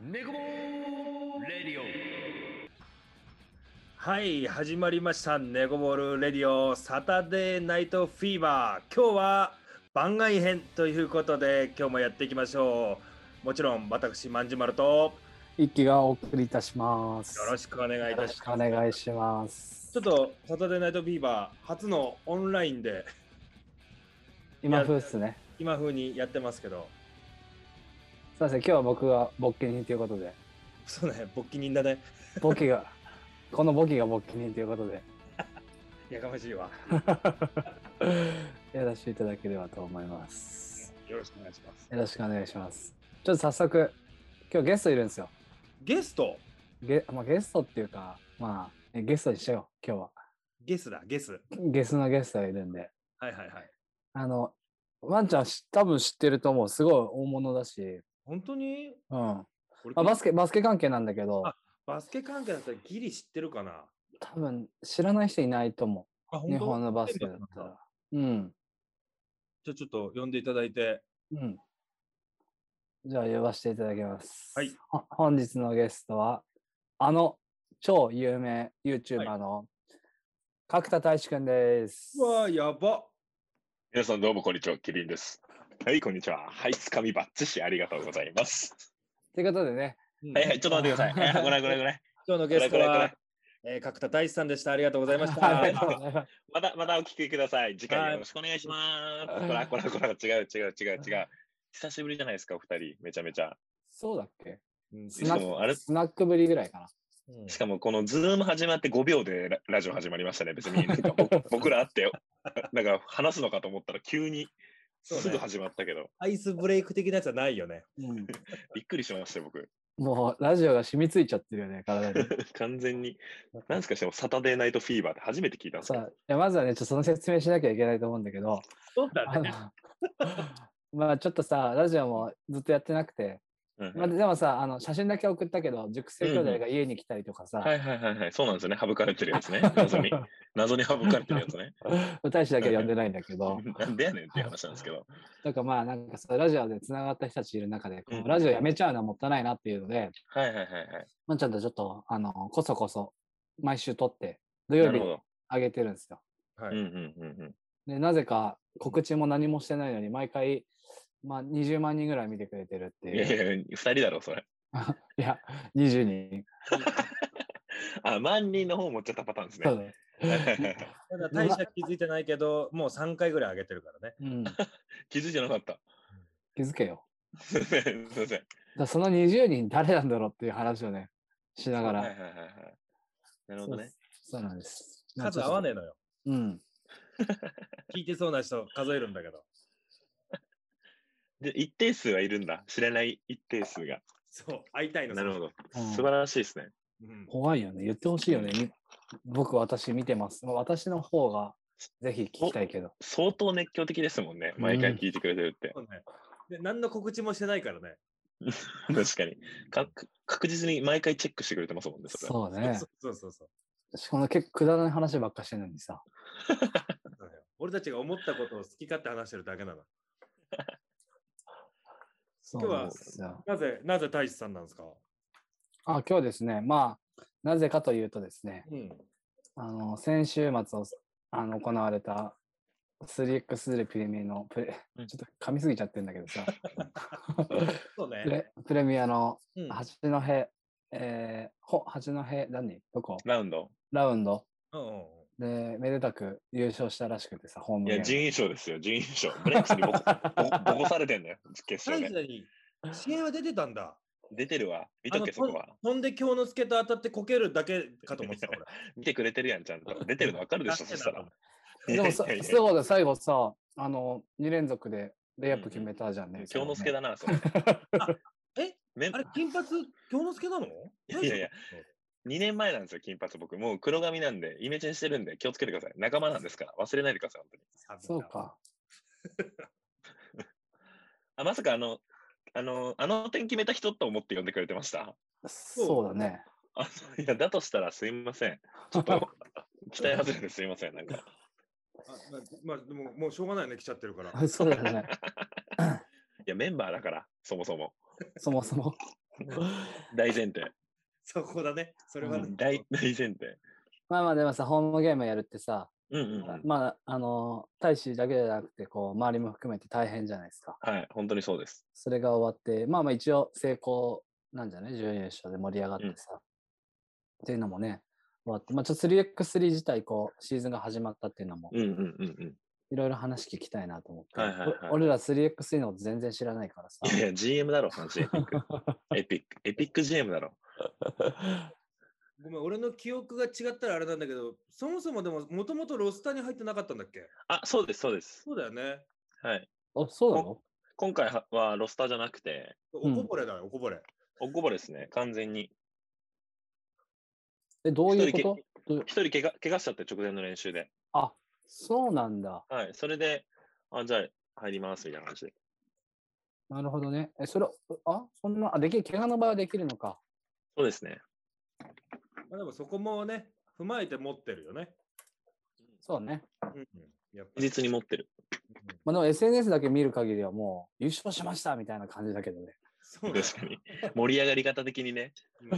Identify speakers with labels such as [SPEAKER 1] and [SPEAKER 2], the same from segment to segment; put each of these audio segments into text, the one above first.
[SPEAKER 1] ネコボールレディオ
[SPEAKER 2] はい、始まりました。ネゴボールレディオサタデーナイトフィーバー。今日は番外編ということで、今日もやっていきましょう。もちろん、私、まんじまると、
[SPEAKER 3] 一気がお送りいたします。
[SPEAKER 2] よろしくお願い
[SPEAKER 3] よ
[SPEAKER 2] いたしま
[SPEAKER 3] ろ
[SPEAKER 2] す。
[SPEAKER 3] くお願いします。
[SPEAKER 2] ちょっと、サタデーナイトフィーバー、初のオンラインで、
[SPEAKER 3] 今風ですね。
[SPEAKER 2] 今風にやってますけど、
[SPEAKER 3] すいません、今日は僕が勃起人ということで、
[SPEAKER 2] そうね、勃起人だね。
[SPEAKER 3] ボキが、 このボキが勃起人ということで、
[SPEAKER 2] やかましいわ。
[SPEAKER 3] やらせていただければと思います。
[SPEAKER 2] よろしくお願いします。
[SPEAKER 3] よろしくお願いします。ちょっと早速、今日ゲストいるんですよ。
[SPEAKER 2] ゲスト、
[SPEAKER 3] ゲ,、まあ、ゲストっていうか、まあ、ゲストにしよう、今日は。
[SPEAKER 2] ゲスだ、ゲス。
[SPEAKER 3] ゲスのゲストがいるんで。
[SPEAKER 2] はいはいはい。
[SPEAKER 3] あの、ワンちゃんし多分知ってると思う。すごい大物だし。
[SPEAKER 2] 本当に
[SPEAKER 3] うん。あ
[SPEAKER 2] 俺
[SPEAKER 3] バスケ、バスケ関係なんだけど、
[SPEAKER 2] バスケ関係だったらギリ知ってるかな
[SPEAKER 3] 多分知らない人いないと思
[SPEAKER 2] あ、
[SPEAKER 3] う。日本のバスケだったら。うん。
[SPEAKER 2] じゃあちょっと呼んでいただいて。
[SPEAKER 3] うん。じゃあ呼ばせていただきます。
[SPEAKER 2] はい
[SPEAKER 3] ほ。本日のゲストは、あの超有名 YouTuber の角田大志くんです。
[SPEAKER 2] うわー、やば。
[SPEAKER 4] 皆さんどうもこんにちは、キリンです。はい、こんにちは。はい、つかみばっちしありがとうございます。
[SPEAKER 3] ということでね、
[SPEAKER 4] はいはい、ちょっと待ってください。 はいごめんごめんごめん。
[SPEAKER 2] 今日のゲスト
[SPEAKER 4] これこれ
[SPEAKER 2] は
[SPEAKER 4] こ、
[SPEAKER 2] えー、角田大志さんでした。ありがとうござい ました。
[SPEAKER 3] ありがとう
[SPEAKER 2] は
[SPEAKER 3] ございます。
[SPEAKER 4] また、またお聞きください。次
[SPEAKER 2] はい
[SPEAKER 4] 回よろしくお願いします。こらこらこら、違う違う違う違う。久しぶりじゃないですか、お二人。めちゃめちゃ。
[SPEAKER 3] そうだっけ
[SPEAKER 2] い
[SPEAKER 3] ス
[SPEAKER 4] し
[SPEAKER 3] ナ
[SPEAKER 4] か
[SPEAKER 3] ッ
[SPEAKER 4] も、あれ、
[SPEAKER 3] スナックぶりぐらいかな。
[SPEAKER 4] しかもこのズーム始まって5秒でララジオ始まりましたね。別 に、なんか僕僕ら会って、なんか話すのかと思ったら急に
[SPEAKER 2] そうね
[SPEAKER 4] すぐ始まったけど、
[SPEAKER 2] アイスブレイク的なやつはないよね。
[SPEAKER 3] うん、
[SPEAKER 4] びっくりしましたよ、僕。
[SPEAKER 3] もうラジオが染みついちゃってるよね、体 に。
[SPEAKER 4] 完全に。なんですか、しかもサタデーナイトフィーバーって初めて聞いたんです
[SPEAKER 3] さ
[SPEAKER 4] よ
[SPEAKER 3] あいやまずはね、ちょっとその説明しなきゃいけないと思うんだけど、
[SPEAKER 2] そうだ
[SPEAKER 3] あのまあちょっとさ、ラジオもずっとやってなくて、
[SPEAKER 4] うんうん
[SPEAKER 3] まあ、でもさあの写真だけ送ったけど熟成兄弟が家に来たりとかさ、
[SPEAKER 4] はいはいはいはい。そうなんですよね。省かれてるやつね。 謎に。謎に省かれてるやつね。
[SPEAKER 3] 大使だけ呼んでないんだけど
[SPEAKER 4] なんでやねんっていう話なんですけど。
[SPEAKER 3] だからまあなんかさラジオでつながった人たちいる中でこ
[SPEAKER 4] うん
[SPEAKER 3] うラジオやめちゃうのはもったいないなっていうので、
[SPEAKER 4] はいはいはいはい。
[SPEAKER 3] まあ、ちゃんとちょっとあのこそこそ毎週撮って土
[SPEAKER 4] な
[SPEAKER 3] 曜
[SPEAKER 4] る
[SPEAKER 3] 日
[SPEAKER 4] ほど。
[SPEAKER 3] 上げてるんですよ。
[SPEAKER 2] は
[SPEAKER 4] うん
[SPEAKER 2] い。
[SPEAKER 4] うんうんうん。
[SPEAKER 3] でなぜか告知も何もしてないのに毎回、まあ、20万人ぐらい見てくれてるって
[SPEAKER 4] い
[SPEAKER 3] い
[SPEAKER 4] や
[SPEAKER 3] う。
[SPEAKER 4] いや、二人だろ、それ。
[SPEAKER 3] いや20人。
[SPEAKER 4] あ、万人の方持っちゃったパターンです
[SPEAKER 3] そ
[SPEAKER 4] ね。
[SPEAKER 3] う
[SPEAKER 2] ただ大志は気づいてないけど、もう3回ぐらい上げてるからね。
[SPEAKER 3] だ、うん、
[SPEAKER 4] 気づいてなかった。
[SPEAKER 3] 気づけよ。
[SPEAKER 4] すいません。すいません。
[SPEAKER 3] だからその20人誰なんだろうっていう話をね、しながら。
[SPEAKER 4] はいはいはいはい。なるほどね。
[SPEAKER 3] そうなんです。
[SPEAKER 2] 数合わね
[SPEAKER 3] い。
[SPEAKER 2] えのよ。
[SPEAKER 3] うん。
[SPEAKER 2] 聞いてそうな人数えるんだけど。
[SPEAKER 4] で、一定数はいるんだ。知らない一定数が。
[SPEAKER 2] そう、会いたいの。
[SPEAKER 4] なるほ
[SPEAKER 2] ど。
[SPEAKER 4] ど。素晴らしいですね。
[SPEAKER 2] うん、
[SPEAKER 3] 怖いよね。言ってほしいよね。み僕、私見てます。まあ私の方が、ぜひ聞きたいけど。
[SPEAKER 4] 相当熱狂的ですもんね。毎回聞いてくれてるって。
[SPEAKER 2] そうねで何の告知もしてないからね。
[SPEAKER 4] 確かにか。確実に毎回チェックしてくれてますもんね、それは。
[SPEAKER 3] そうね
[SPEAKER 2] そ。うそうそうそう
[SPEAKER 3] しかも結構くだらない話ばっかしてるのにさ。
[SPEAKER 2] そうだよ。俺たちが思ったことを好き勝手話してるだけなの。
[SPEAKER 3] そう
[SPEAKER 2] 今日は
[SPEAKER 3] なんですよ。
[SPEAKER 2] なぜ、なぜ大志さんなんですか
[SPEAKER 3] あ、今日ですね、まあ、なぜかというとですね、
[SPEAKER 2] うん。
[SPEAKER 3] あの、先週末をあの行われた 3x でプレミアのプレ、
[SPEAKER 4] うん
[SPEAKER 3] ちょっと噛みすぎちゃってるんだけどさ、
[SPEAKER 2] そう
[SPEAKER 3] プ
[SPEAKER 2] ね。
[SPEAKER 3] レプレミアの
[SPEAKER 2] うん
[SPEAKER 3] 八戸、えー、ほ八戸、何どこ
[SPEAKER 4] ラウンド
[SPEAKER 3] ラウンド
[SPEAKER 2] うんうんうん
[SPEAKER 3] で、めでたく優勝したらしくてさ、ホーム
[SPEAKER 4] い
[SPEAKER 3] ゲー
[SPEAKER 4] や、
[SPEAKER 3] ム。
[SPEAKER 4] 準優勝ですよ、準優勝。ブレックスにボコボコボコされてんだよ、決
[SPEAKER 2] 大
[SPEAKER 4] 勝
[SPEAKER 2] 事
[SPEAKER 4] で。
[SPEAKER 2] だに試合は出てたんだ。
[SPEAKER 4] 出てるわ。見
[SPEAKER 2] あ
[SPEAKER 4] と
[SPEAKER 2] の
[SPEAKER 4] け、そこは。
[SPEAKER 2] ほんで京之助と当たってこけるだけかと思 ってた。俺
[SPEAKER 4] 見てくれてるやん、ちゃんと。出てるのわかるでしょ、そしたら。
[SPEAKER 3] でもさ、
[SPEAKER 4] いやいやいや
[SPEAKER 3] そうだ、最後さ、あの、二連続でレイアップ決めたじゃんね。
[SPEAKER 4] 京之助
[SPEAKER 3] だ。
[SPEAKER 4] だな、そ れ。
[SPEAKER 2] え
[SPEAKER 4] め
[SPEAKER 2] あれ、金髪、京之助なの
[SPEAKER 4] やいやいや。2年前なんですよ、金髪僕。もう黒髪なんで、イメチェンしてるんで、気をつけてください。仲間なんですから、忘れないでください、本当に。
[SPEAKER 2] 大丈
[SPEAKER 3] そ
[SPEAKER 2] 夫
[SPEAKER 3] う。か。
[SPEAKER 4] あ、まさかあの、あの、あの点決めた人と思って呼んでくれてました
[SPEAKER 3] そうだね。
[SPEAKER 4] あそういや、だとしたらすいません。ちょっと、期待外れですいません、なんか。
[SPEAKER 2] あまあ、まあでも、もうしょうがないね、来ちゃってるから。
[SPEAKER 3] そうだね。
[SPEAKER 4] いや、メンバーだから、そもそも。
[SPEAKER 3] そもそも。
[SPEAKER 4] 大前提。
[SPEAKER 2] そこだね。それはね、
[SPEAKER 3] う
[SPEAKER 4] 大大前提。
[SPEAKER 3] まあまあでもさ、ホームゲームやるってさ、
[SPEAKER 4] うんうんうん。
[SPEAKER 3] まあ、あの、大使だけじゃなくて、こう、周りも含めて大変じゃないですか。
[SPEAKER 4] はい、本当にそうです。
[SPEAKER 3] それが終わって、まあまあ一応成功なんじゃない準優勝で盛り上がってさ。っていうのもね、終わって、まあちょっと 3x3 自体、こう、シーズンが始まったっていうのも、
[SPEAKER 4] うんうんうん
[SPEAKER 3] いろいろ話聞きたいなと思って。
[SPEAKER 4] はいはいはい
[SPEAKER 3] お俺ら 3x3 のこと全然知らないからさ
[SPEAKER 4] うん。い。やいや、GM だろ、話 エピック。エピック、エピック GM だろ。
[SPEAKER 2] ごめん、俺の記憶が違ったらあれなんだけど、そもそもでも、もともとロスターに入ってなかったんだっけ
[SPEAKER 4] あ、そうです、そうです。
[SPEAKER 2] そうだよね。
[SPEAKER 4] はい。
[SPEAKER 3] お、そうなの
[SPEAKER 4] 今回ははロスターじゃなくて、
[SPEAKER 2] おこぼれだよ、おこぼれ。
[SPEAKER 4] おこぼれですね、完全に。
[SPEAKER 3] え、どういうこ
[SPEAKER 4] 一人
[SPEAKER 3] と
[SPEAKER 4] け
[SPEAKER 3] どういう
[SPEAKER 4] 一人怪我怪我しちゃって直前の練習で。
[SPEAKER 3] あ、そうなんだ。
[SPEAKER 4] はい、それで、あ、じゃあ入りますみたいな話で。
[SPEAKER 3] なるほどね。え、それ、あ、そんな、あ、できる、怪我の場合はできるのか。
[SPEAKER 4] そうですね。
[SPEAKER 2] まあ、でもそこもね、踏まえて持ってるよね。
[SPEAKER 3] そうね。
[SPEAKER 2] うんうん、やっぱり
[SPEAKER 4] 実に持って る。
[SPEAKER 3] まあでも SNS だけ見る限りはもう優勝しましたみたいな感じだけど ね。
[SPEAKER 2] そうだよ
[SPEAKER 4] 確かに。盛り上がり方的にね。
[SPEAKER 2] うん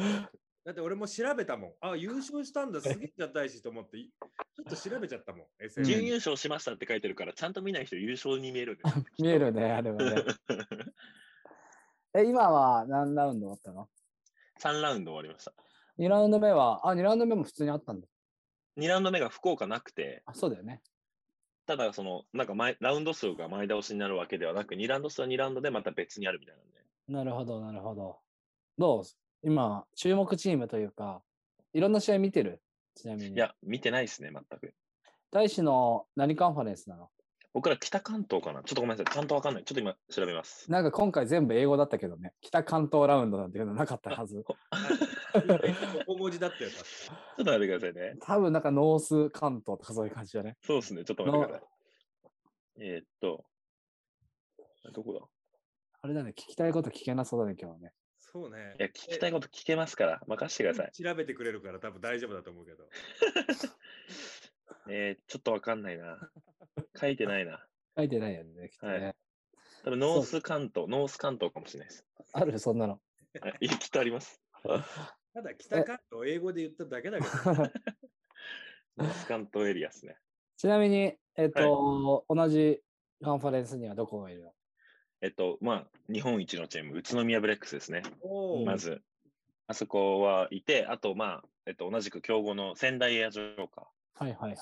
[SPEAKER 2] だって俺も調べたもん。あ、優勝した んだ、すげえじゃ大使と思って、いちょっと調べちゃったもん。
[SPEAKER 4] 準
[SPEAKER 2] SNS
[SPEAKER 4] 優勝しましたって書いてるから、ちゃんと見ない人優勝に見えるんですよ。
[SPEAKER 3] 見えるね、あれはね。え、今は何ラウンド終わったの
[SPEAKER 4] 3ラウンド終わりました。
[SPEAKER 3] ?2 ラウンド目は、あ、2ラウンド目も普通にあったんだ。
[SPEAKER 4] 2ラウンド目が福岡なくて、
[SPEAKER 3] あ、そうだよね。
[SPEAKER 4] ただその、なんか前、ラウンド数が前倒しになるわけではなく、2ラウンド数は2ラウンドでまた別にあるみたいなんで。
[SPEAKER 3] なるほど、なるほど。どう今、注目チームというか、いろんな試合見てるちなみに。
[SPEAKER 4] いや、見てないですね、全く。
[SPEAKER 3] 大使の何カンファレンスなの
[SPEAKER 4] 僕ら北関東かなちょっとごめんなさい。ちゃんとわかんない。ちょっと今調 べます。
[SPEAKER 3] なんか今回全部英語だったけどね。北関東ラウンドなんていうのなかったは ず。
[SPEAKER 2] 大文字だったよ。
[SPEAKER 4] ちょっと待ってくださいね。
[SPEAKER 3] 多分なんかノース関東とかそういう感じだね。
[SPEAKER 4] そうですね。ちょっと待ってください。えーっと、どこだ
[SPEAKER 3] あれだね、聞きたいこと聞けなそうだね、今日はね。
[SPEAKER 2] そうね。
[SPEAKER 4] いや、聞きたいこと聞けますから、任せて ください。
[SPEAKER 2] 調べてくれるから多分大丈夫だと思うけど。
[SPEAKER 4] えー、ちょっとわかんないな。書いてないな。
[SPEAKER 3] 書いてないよね、きっとね。
[SPEAKER 4] はい多分ノース関東、ノース関東かもしれないです。
[SPEAKER 3] ある、そんなの。
[SPEAKER 4] あいやきっとあります。
[SPEAKER 2] ただ北関東英語で言っただけ だけど。
[SPEAKER 4] ノース関東エリアですね。
[SPEAKER 3] ちなみに、えっ、と、同じカンファレンスにはどこがいるの
[SPEAKER 4] えっと、まあ、日本一のチーム、宇都宮ブレックスですね。
[SPEAKER 2] お
[SPEAKER 4] ま
[SPEAKER 2] ー
[SPEAKER 4] ず、あそこはいて、あと、まあ、えっと、同じく競合の仙台エアジョーカ
[SPEAKER 3] はいはいはいはい。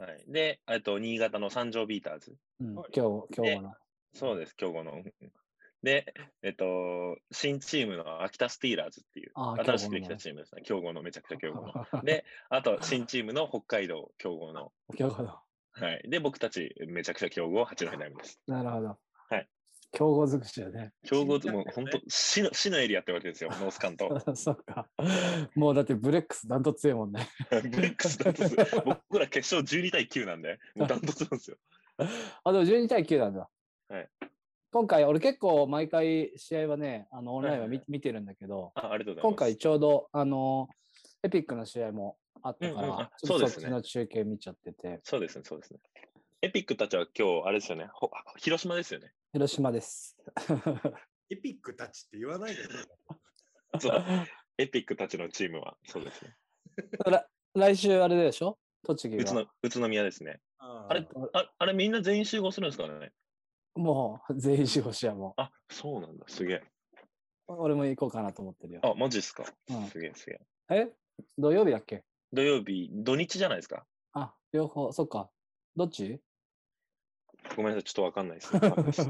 [SPEAKER 4] ー。はい。で、えっと、新潟の三条ビーターズ。
[SPEAKER 3] うん、今
[SPEAKER 2] はい
[SPEAKER 3] 日、今日はな。
[SPEAKER 4] そうです、競合の。うんで、えっと、新チームの秋田スティーラーズっていう、
[SPEAKER 3] あー
[SPEAKER 4] 新しく
[SPEAKER 3] 競合のね
[SPEAKER 4] できたチームですね。競合の、めちゃくちゃ競合の。 で、あと、新チームの北海道競合の。
[SPEAKER 3] 今日は
[SPEAKER 4] はい。で、僕たち、めちゃくちゃ競合、八戸ダイムです。
[SPEAKER 3] な。なるほど。
[SPEAKER 4] はい。
[SPEAKER 3] 競合尽くしだね。
[SPEAKER 4] 競合、
[SPEAKER 2] 死にたく
[SPEAKER 4] もう
[SPEAKER 2] ない
[SPEAKER 4] 本当市の、市のエリアってわけですよ、ノース関東。
[SPEAKER 3] そっか。もうだってブレックスダントツ強いもんね。
[SPEAKER 4] ブレックスダントツ。僕ら決勝12対9なんで、もうダントツなんですよ。
[SPEAKER 3] あ、でも12対9なんだ。
[SPEAKER 4] はい。
[SPEAKER 3] 今回、俺結構毎回試合はね、あの、オンラインは
[SPEAKER 4] はいは
[SPEAKER 3] 見,、
[SPEAKER 4] いは
[SPEAKER 3] 見てるんだけど、
[SPEAKER 4] あありがとう
[SPEAKER 3] 今
[SPEAKER 4] ござ
[SPEAKER 3] 回
[SPEAKER 4] います。
[SPEAKER 3] ちょうど、あの、エピックの試合もあったから、
[SPEAKER 4] うんうんあ
[SPEAKER 3] ちょっ
[SPEAKER 4] そ
[SPEAKER 3] と
[SPEAKER 4] うで
[SPEAKER 3] そ
[SPEAKER 4] す
[SPEAKER 3] っ
[SPEAKER 4] ね
[SPEAKER 3] ちの中継見ちゃってて、
[SPEAKER 4] そうですね、そうですね。エピックたちは今日、あれですよね、ほ広島ですよね。
[SPEAKER 3] 広島です。
[SPEAKER 2] エピックたちって言わないでね。
[SPEAKER 4] そうエピックたちのチームは、そうですね。
[SPEAKER 3] ら来週あれでしょ栃木
[SPEAKER 4] 宇都
[SPEAKER 3] は
[SPEAKER 4] 宇都宮ですね。
[SPEAKER 2] あ
[SPEAKER 4] あれああれ、みんな全員集合するんですかね
[SPEAKER 3] もう全員死亡しやも
[SPEAKER 4] あ、そうなんだ、すげえ。
[SPEAKER 3] う俺も行こうかなと思ってるよ。
[SPEAKER 4] あ、マジっすか
[SPEAKER 3] うん。
[SPEAKER 4] すげえ、すげえ。
[SPEAKER 3] え土曜日だっけ
[SPEAKER 4] 土曜日、土日じゃないですか
[SPEAKER 3] あ、両方、そっか。どっち
[SPEAKER 4] ごめんなさい、ちょっとわかんな いです。わかんないです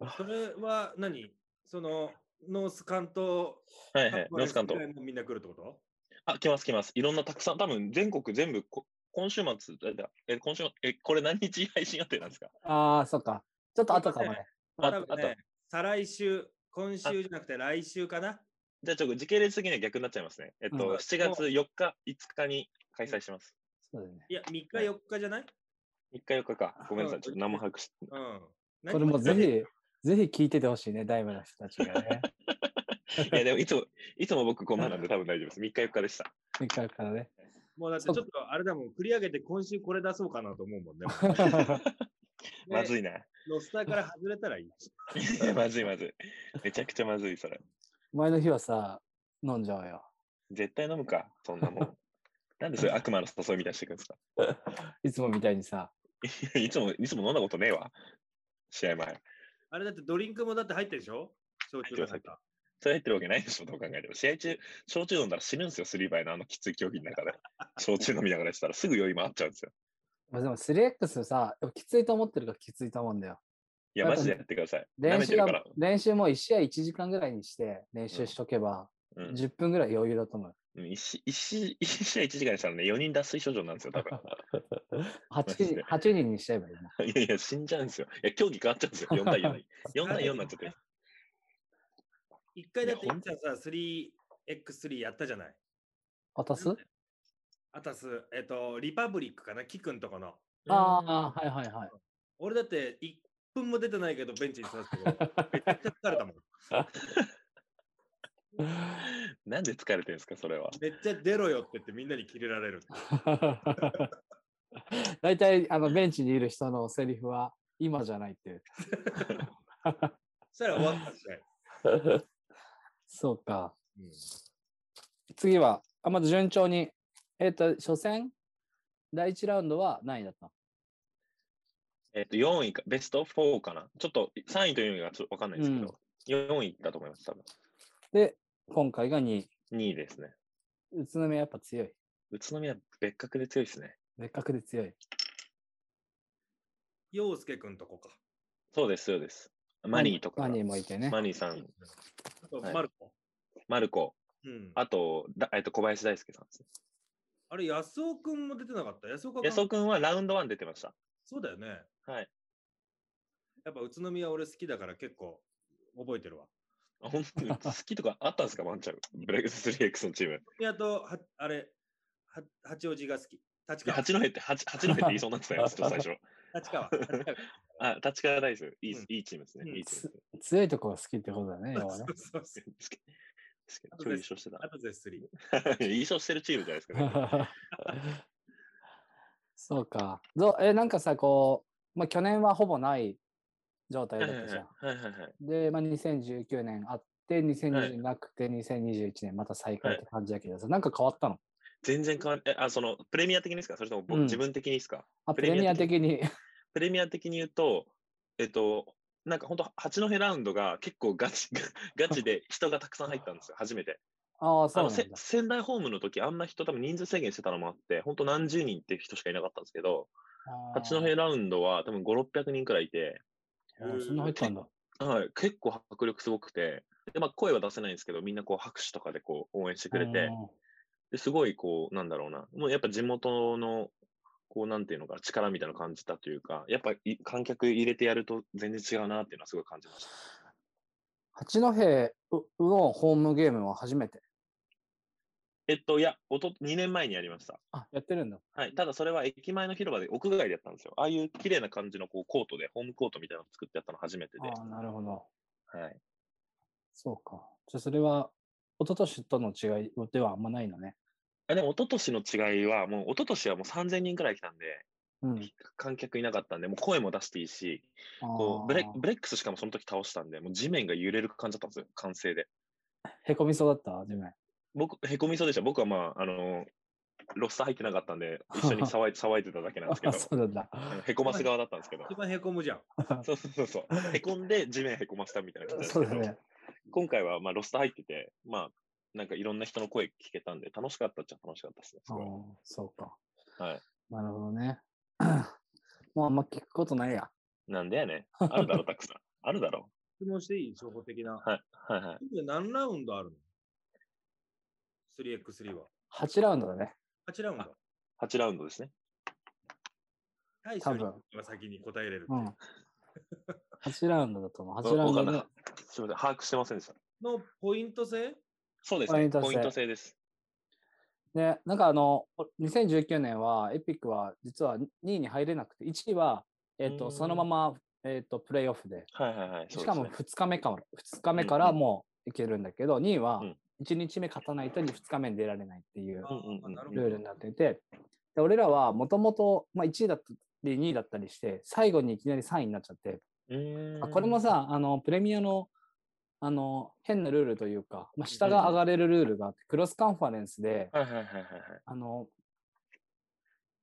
[SPEAKER 4] は
[SPEAKER 2] それは何そのノース関東。
[SPEAKER 4] いはい、ノース関東。
[SPEAKER 2] みんな来るってこと
[SPEAKER 4] あ、来ます、来ます。いろんなたくさん、多分全国全部こ、今週末、えだえ今週、え、これ何日配信予定なんですか
[SPEAKER 3] ああ、そっか。ちょっと後か もね。
[SPEAKER 4] あ
[SPEAKER 2] 多分ね、再来週、今週じゃなくて来週かな。
[SPEAKER 4] じゃあちょっと時系列的には逆になっちゃいますね。えっと、
[SPEAKER 3] うん
[SPEAKER 4] 7月4日、5日に開催します。
[SPEAKER 3] そうだよね。
[SPEAKER 2] いや、3日4日じゃない
[SPEAKER 4] 3日、4日か。ごめんなさ
[SPEAKER 2] う
[SPEAKER 4] い、
[SPEAKER 2] ん
[SPEAKER 4] ちょっと生把握し
[SPEAKER 2] うん。
[SPEAKER 3] これもうぜひ、ぜひ聞いててほしいね、ダイブの人たちが ね。
[SPEAKER 4] いや、でもいつも、いつも僕こんななんで多分大丈夫です。3日、4日でした。
[SPEAKER 3] せっかくからね。
[SPEAKER 2] もうだってちょっとあれだもん、繰り上げて今週これ出そうかなと思うもんね。
[SPEAKER 4] まず
[SPEAKER 2] い。
[SPEAKER 4] いな。
[SPEAKER 2] ロスターから外れたらいい。
[SPEAKER 4] まずいまずい。めちゃくちゃまずい、それ。
[SPEAKER 3] 前の日はさ、飲んじゃおうよ。
[SPEAKER 4] 絶対飲むか、そんなもん。なんでそういう悪魔の誘いみたいにしてくるんですか
[SPEAKER 3] いつもみたいにさ。
[SPEAKER 4] いやいつも、いつも飲んだことねえわ。試合前。
[SPEAKER 2] あれだってドリンクもだって入ってるでしょ焼酎の中。
[SPEAKER 4] それ入ってるわけないでしょ、どう考えても。試合中、焼酎飲んだら死ぬんですよ、スリーバイのあのきつい競技の中で。焼酎飲みながらしたらすぐ酔い回っちゃうんですよ。
[SPEAKER 3] まあ、でも 3X さ、やっぱきついと思ってるからきついと思うんだよ。
[SPEAKER 4] いや、マジでやってください。舐
[SPEAKER 3] 練
[SPEAKER 4] めて
[SPEAKER 3] 習
[SPEAKER 4] る
[SPEAKER 3] が
[SPEAKER 4] から。
[SPEAKER 3] 練習も1試合1時間ぐらいにして練習しとけば、
[SPEAKER 4] うん
[SPEAKER 3] 10分ぐらい余裕だと思う。
[SPEAKER 4] うん一試一試一試合1時間にしたらね、4人脱水症状なんですよ、多 分。
[SPEAKER 3] 8,
[SPEAKER 4] ジ
[SPEAKER 3] 人
[SPEAKER 4] で
[SPEAKER 3] 8人にしちゃえばいいな。
[SPEAKER 4] いやいや、死んじゃうんですよ。いや、競技変わっちゃう んですよ、4対4に。4対4になっちゃって。
[SPEAKER 2] 一回だって、い
[SPEAKER 4] いや
[SPEAKER 2] っちゃんさ、3X3 やったじゃない。
[SPEAKER 3] 渡す
[SPEAKER 2] あたす、えっと、リパブリックかな、キくんとこの。
[SPEAKER 3] ああ、はいはいはい。
[SPEAKER 2] 俺だって1分も出てないけど、ベンチに座ってたけどめちゃくちゃ疲れたもん。
[SPEAKER 4] なんで疲れてるんですか、それは。
[SPEAKER 2] めっちゃ出ろよって言ってみんなにキレられる。
[SPEAKER 3] 大体あのベンチにいる人のセリフは今じゃないっていう。
[SPEAKER 2] そしたら終わったし、
[SPEAKER 3] そうか。
[SPEAKER 2] うん
[SPEAKER 3] 次は、あまず順調に。えっ、と、初戦、第1ラウンドは何位だったの
[SPEAKER 4] えっと、4位か、ベスト4かな。ちょっと3位と4位がちょっとわかんないですけど、4位だと思います、多分。
[SPEAKER 3] で、今回が2位。
[SPEAKER 4] 2位ですね。
[SPEAKER 3] 宇都宮やっぱ強い。
[SPEAKER 4] 宇都宮、別格で強いですね。
[SPEAKER 3] 別格で強い。
[SPEAKER 2] 洋介くんとこか。
[SPEAKER 4] そうです、そうです。マニーとかが。
[SPEAKER 3] マニーもいてね。
[SPEAKER 4] マニーさん、
[SPEAKER 2] あと、
[SPEAKER 4] はい
[SPEAKER 2] マルコ。
[SPEAKER 4] マルコ、
[SPEAKER 2] うん。あ
[SPEAKER 4] あと、だえっと、小林大輔さんですね。
[SPEAKER 2] れ、安尾くんも出てなかった。安尾か
[SPEAKER 4] 安尾君はラウンド1出てました。
[SPEAKER 2] そうだよね。
[SPEAKER 4] はい。
[SPEAKER 2] やっぱ宇都宮俺好きだから結構覚えてるわ。
[SPEAKER 4] あ本当に好きとかあったんですか、ワンちゃん。ブレイクス 3X のチーム。
[SPEAKER 2] 宇都宮とは、あれ、は八王子が好き。立
[SPEAKER 4] いや
[SPEAKER 2] 川。
[SPEAKER 4] 八戸って、八八戸って言いそうになってたよ、ちょっと最初。
[SPEAKER 2] 立 川。立川
[SPEAKER 4] あ、立川大豆、いいっす、
[SPEAKER 2] うん
[SPEAKER 4] いいチームですね。
[SPEAKER 2] うん
[SPEAKER 4] いいチームですね
[SPEAKER 3] 強いとこが好きってことだ ね、要は
[SPEAKER 2] そ
[SPEAKER 3] ね
[SPEAKER 2] うそうそう。
[SPEAKER 4] 確かに今日優勝して
[SPEAKER 2] あと絶3。
[SPEAKER 4] た。 優勝してるチームじゃないで すかね。
[SPEAKER 3] そうか。どうえ、なんかさ、こう、まあ、去年はほぼない状態だ
[SPEAKER 4] はい
[SPEAKER 3] っ
[SPEAKER 4] はいは
[SPEAKER 3] た
[SPEAKER 4] い
[SPEAKER 3] じゃん。
[SPEAKER 4] はいはいはい。
[SPEAKER 3] で、まあ、2019年あって、2020年なくて、2021年また再開って感じだけどさ、なんか変わったの
[SPEAKER 4] 全然変わんえ、あ、その、プレミア的にですかそれとも僕、
[SPEAKER 3] うん
[SPEAKER 4] 自分的にですか
[SPEAKER 3] あ、プ
[SPEAKER 4] プ
[SPEAKER 3] レ
[SPEAKER 4] レ
[SPEAKER 3] ミ
[SPEAKER 4] ミ
[SPEAKER 3] ア
[SPEAKER 4] ア
[SPEAKER 3] 的
[SPEAKER 4] 的
[SPEAKER 3] に。
[SPEAKER 4] プレミア的に言うと、えっと、なんか本当八戸ラウンドが結構ガチ、 ガチで人がたくさん入ったんですよ、初めて。
[SPEAKER 3] ああ、そ
[SPEAKER 4] あ
[SPEAKER 3] う
[SPEAKER 4] の、
[SPEAKER 3] なん
[SPEAKER 4] せ
[SPEAKER 3] だ。
[SPEAKER 4] 仙台ホームの時、あんな人多分人数制限してたのもあって、本当何十人って人しかいなかったんですけど、
[SPEAKER 3] あー
[SPEAKER 4] 八戸ラウンドは多分5、600人くらいいて、
[SPEAKER 3] あーそんな入ったんだ。
[SPEAKER 4] はい、結構迫力すごくて、でまあ、声は出せないんですけど、みんなこう拍手とかでこう応援してくれて、ですごいこう、なんだろうな、もうやっぱ地元の、こうなんていうのかな、力みたいなのを感じたというか、やっぱい観客入れてやると全然違うなっていうのはすごい感じました。
[SPEAKER 3] 八戸うウオンホームゲームは初めて。
[SPEAKER 4] えっと、いや、おと2年前にやりました。
[SPEAKER 3] あ、やってるんだ。
[SPEAKER 4] はい、ただそれは駅前の広場で屋外でやったんですよ。ああいう綺麗な感じのこうコートで、ホームコートみたいなのを作ってやったの初めてで。
[SPEAKER 3] ああ、なるほど。
[SPEAKER 4] はい、
[SPEAKER 3] そうか。じゃあそれは、一昨年との違いではあんまないのね。
[SPEAKER 4] あでも、一昨年の違いは、もう一昨年はもう3000人くらい来たんで、
[SPEAKER 3] うん。
[SPEAKER 4] 観客いなかったんで、もう声も出していいし、こ
[SPEAKER 3] あ
[SPEAKER 4] う
[SPEAKER 3] あ
[SPEAKER 4] ブレブレックスしかもその時倒したんで、もう地面が揺れる感じだったんですよ、歓声で。
[SPEAKER 3] へこみそうだった地面。
[SPEAKER 4] 僕、へこみそうでした。僕はまあ、あの、ロスター入ってなかったんで、一緒 に騒い騒いでただけなんですけ
[SPEAKER 3] あ、
[SPEAKER 4] ど、
[SPEAKER 3] そうなん だ。
[SPEAKER 4] へこます側だったんですけど
[SPEAKER 2] 一、番へこむじゃん。
[SPEAKER 4] そうそうそうそう、へこんで地面へこましたみたいな感じなん
[SPEAKER 3] そう
[SPEAKER 4] です
[SPEAKER 3] だ
[SPEAKER 4] けど、
[SPEAKER 3] ね。
[SPEAKER 4] 今回はまあロスター入ってて、まあ、なんかいろんな人の声聞けたんで、楽しかったっちゃ楽しかったですね。す
[SPEAKER 3] ああ
[SPEAKER 4] ごい
[SPEAKER 3] そうか。
[SPEAKER 4] はい。
[SPEAKER 3] なるほどね。 もうあんま聞くことないや。
[SPEAKER 4] なんでやねん。あるだろ、たくさん。あるだろ。
[SPEAKER 2] 質問していい情報的な。
[SPEAKER 4] はい、はい、はい。
[SPEAKER 2] 今何ラウンドあるの ?3x3 は。
[SPEAKER 3] 8ラウンドだね。
[SPEAKER 2] 8ラウンド。
[SPEAKER 4] 8ラウンドですね。
[SPEAKER 2] 大
[SPEAKER 3] 多
[SPEAKER 2] 将
[SPEAKER 3] 分
[SPEAKER 2] が先に答えれる。
[SPEAKER 3] うん。8ラウンドだと思う。
[SPEAKER 4] わ
[SPEAKER 3] 8ラウン
[SPEAKER 4] わ
[SPEAKER 3] ド
[SPEAKER 4] かんな
[SPEAKER 3] で
[SPEAKER 4] かったすみません、把握してませんでした。
[SPEAKER 2] のポイント制
[SPEAKER 4] そうです
[SPEAKER 3] ポイ
[SPEAKER 4] ね。
[SPEAKER 3] ント制
[SPEAKER 4] ポイント制です。
[SPEAKER 3] ね、なんかあの、お2019年はエピックは実は2位に入れなくて、1位は、えっ、
[SPEAKER 4] う
[SPEAKER 3] と、
[SPEAKER 4] ん
[SPEAKER 3] そのまま、えっ、と、プレイオフで、
[SPEAKER 4] はいはいはい。そ
[SPEAKER 3] し
[SPEAKER 4] うで
[SPEAKER 3] か
[SPEAKER 4] す
[SPEAKER 3] も
[SPEAKER 4] ね
[SPEAKER 3] 2日目か、2日目か
[SPEAKER 4] うん
[SPEAKER 3] ら
[SPEAKER 4] うん
[SPEAKER 3] もういけるんだけど、2位は
[SPEAKER 4] うん
[SPEAKER 3] 1日目勝たないと2日目に出られないっていう
[SPEAKER 2] あ
[SPEAKER 4] うんうんうん
[SPEAKER 2] なるほ
[SPEAKER 3] ルー
[SPEAKER 2] ど
[SPEAKER 3] ルになってて、で俺らはもともと1位だったり2位だったりして、最後にいきなり3位になっちゃって、
[SPEAKER 4] うーん
[SPEAKER 3] あこれもさ、あの、プレミアのあの、変なルールというか、まあ、下が上がれるルールがあって、クロスカンファレンスで、
[SPEAKER 4] はいはいはいはいはい。
[SPEAKER 3] あの、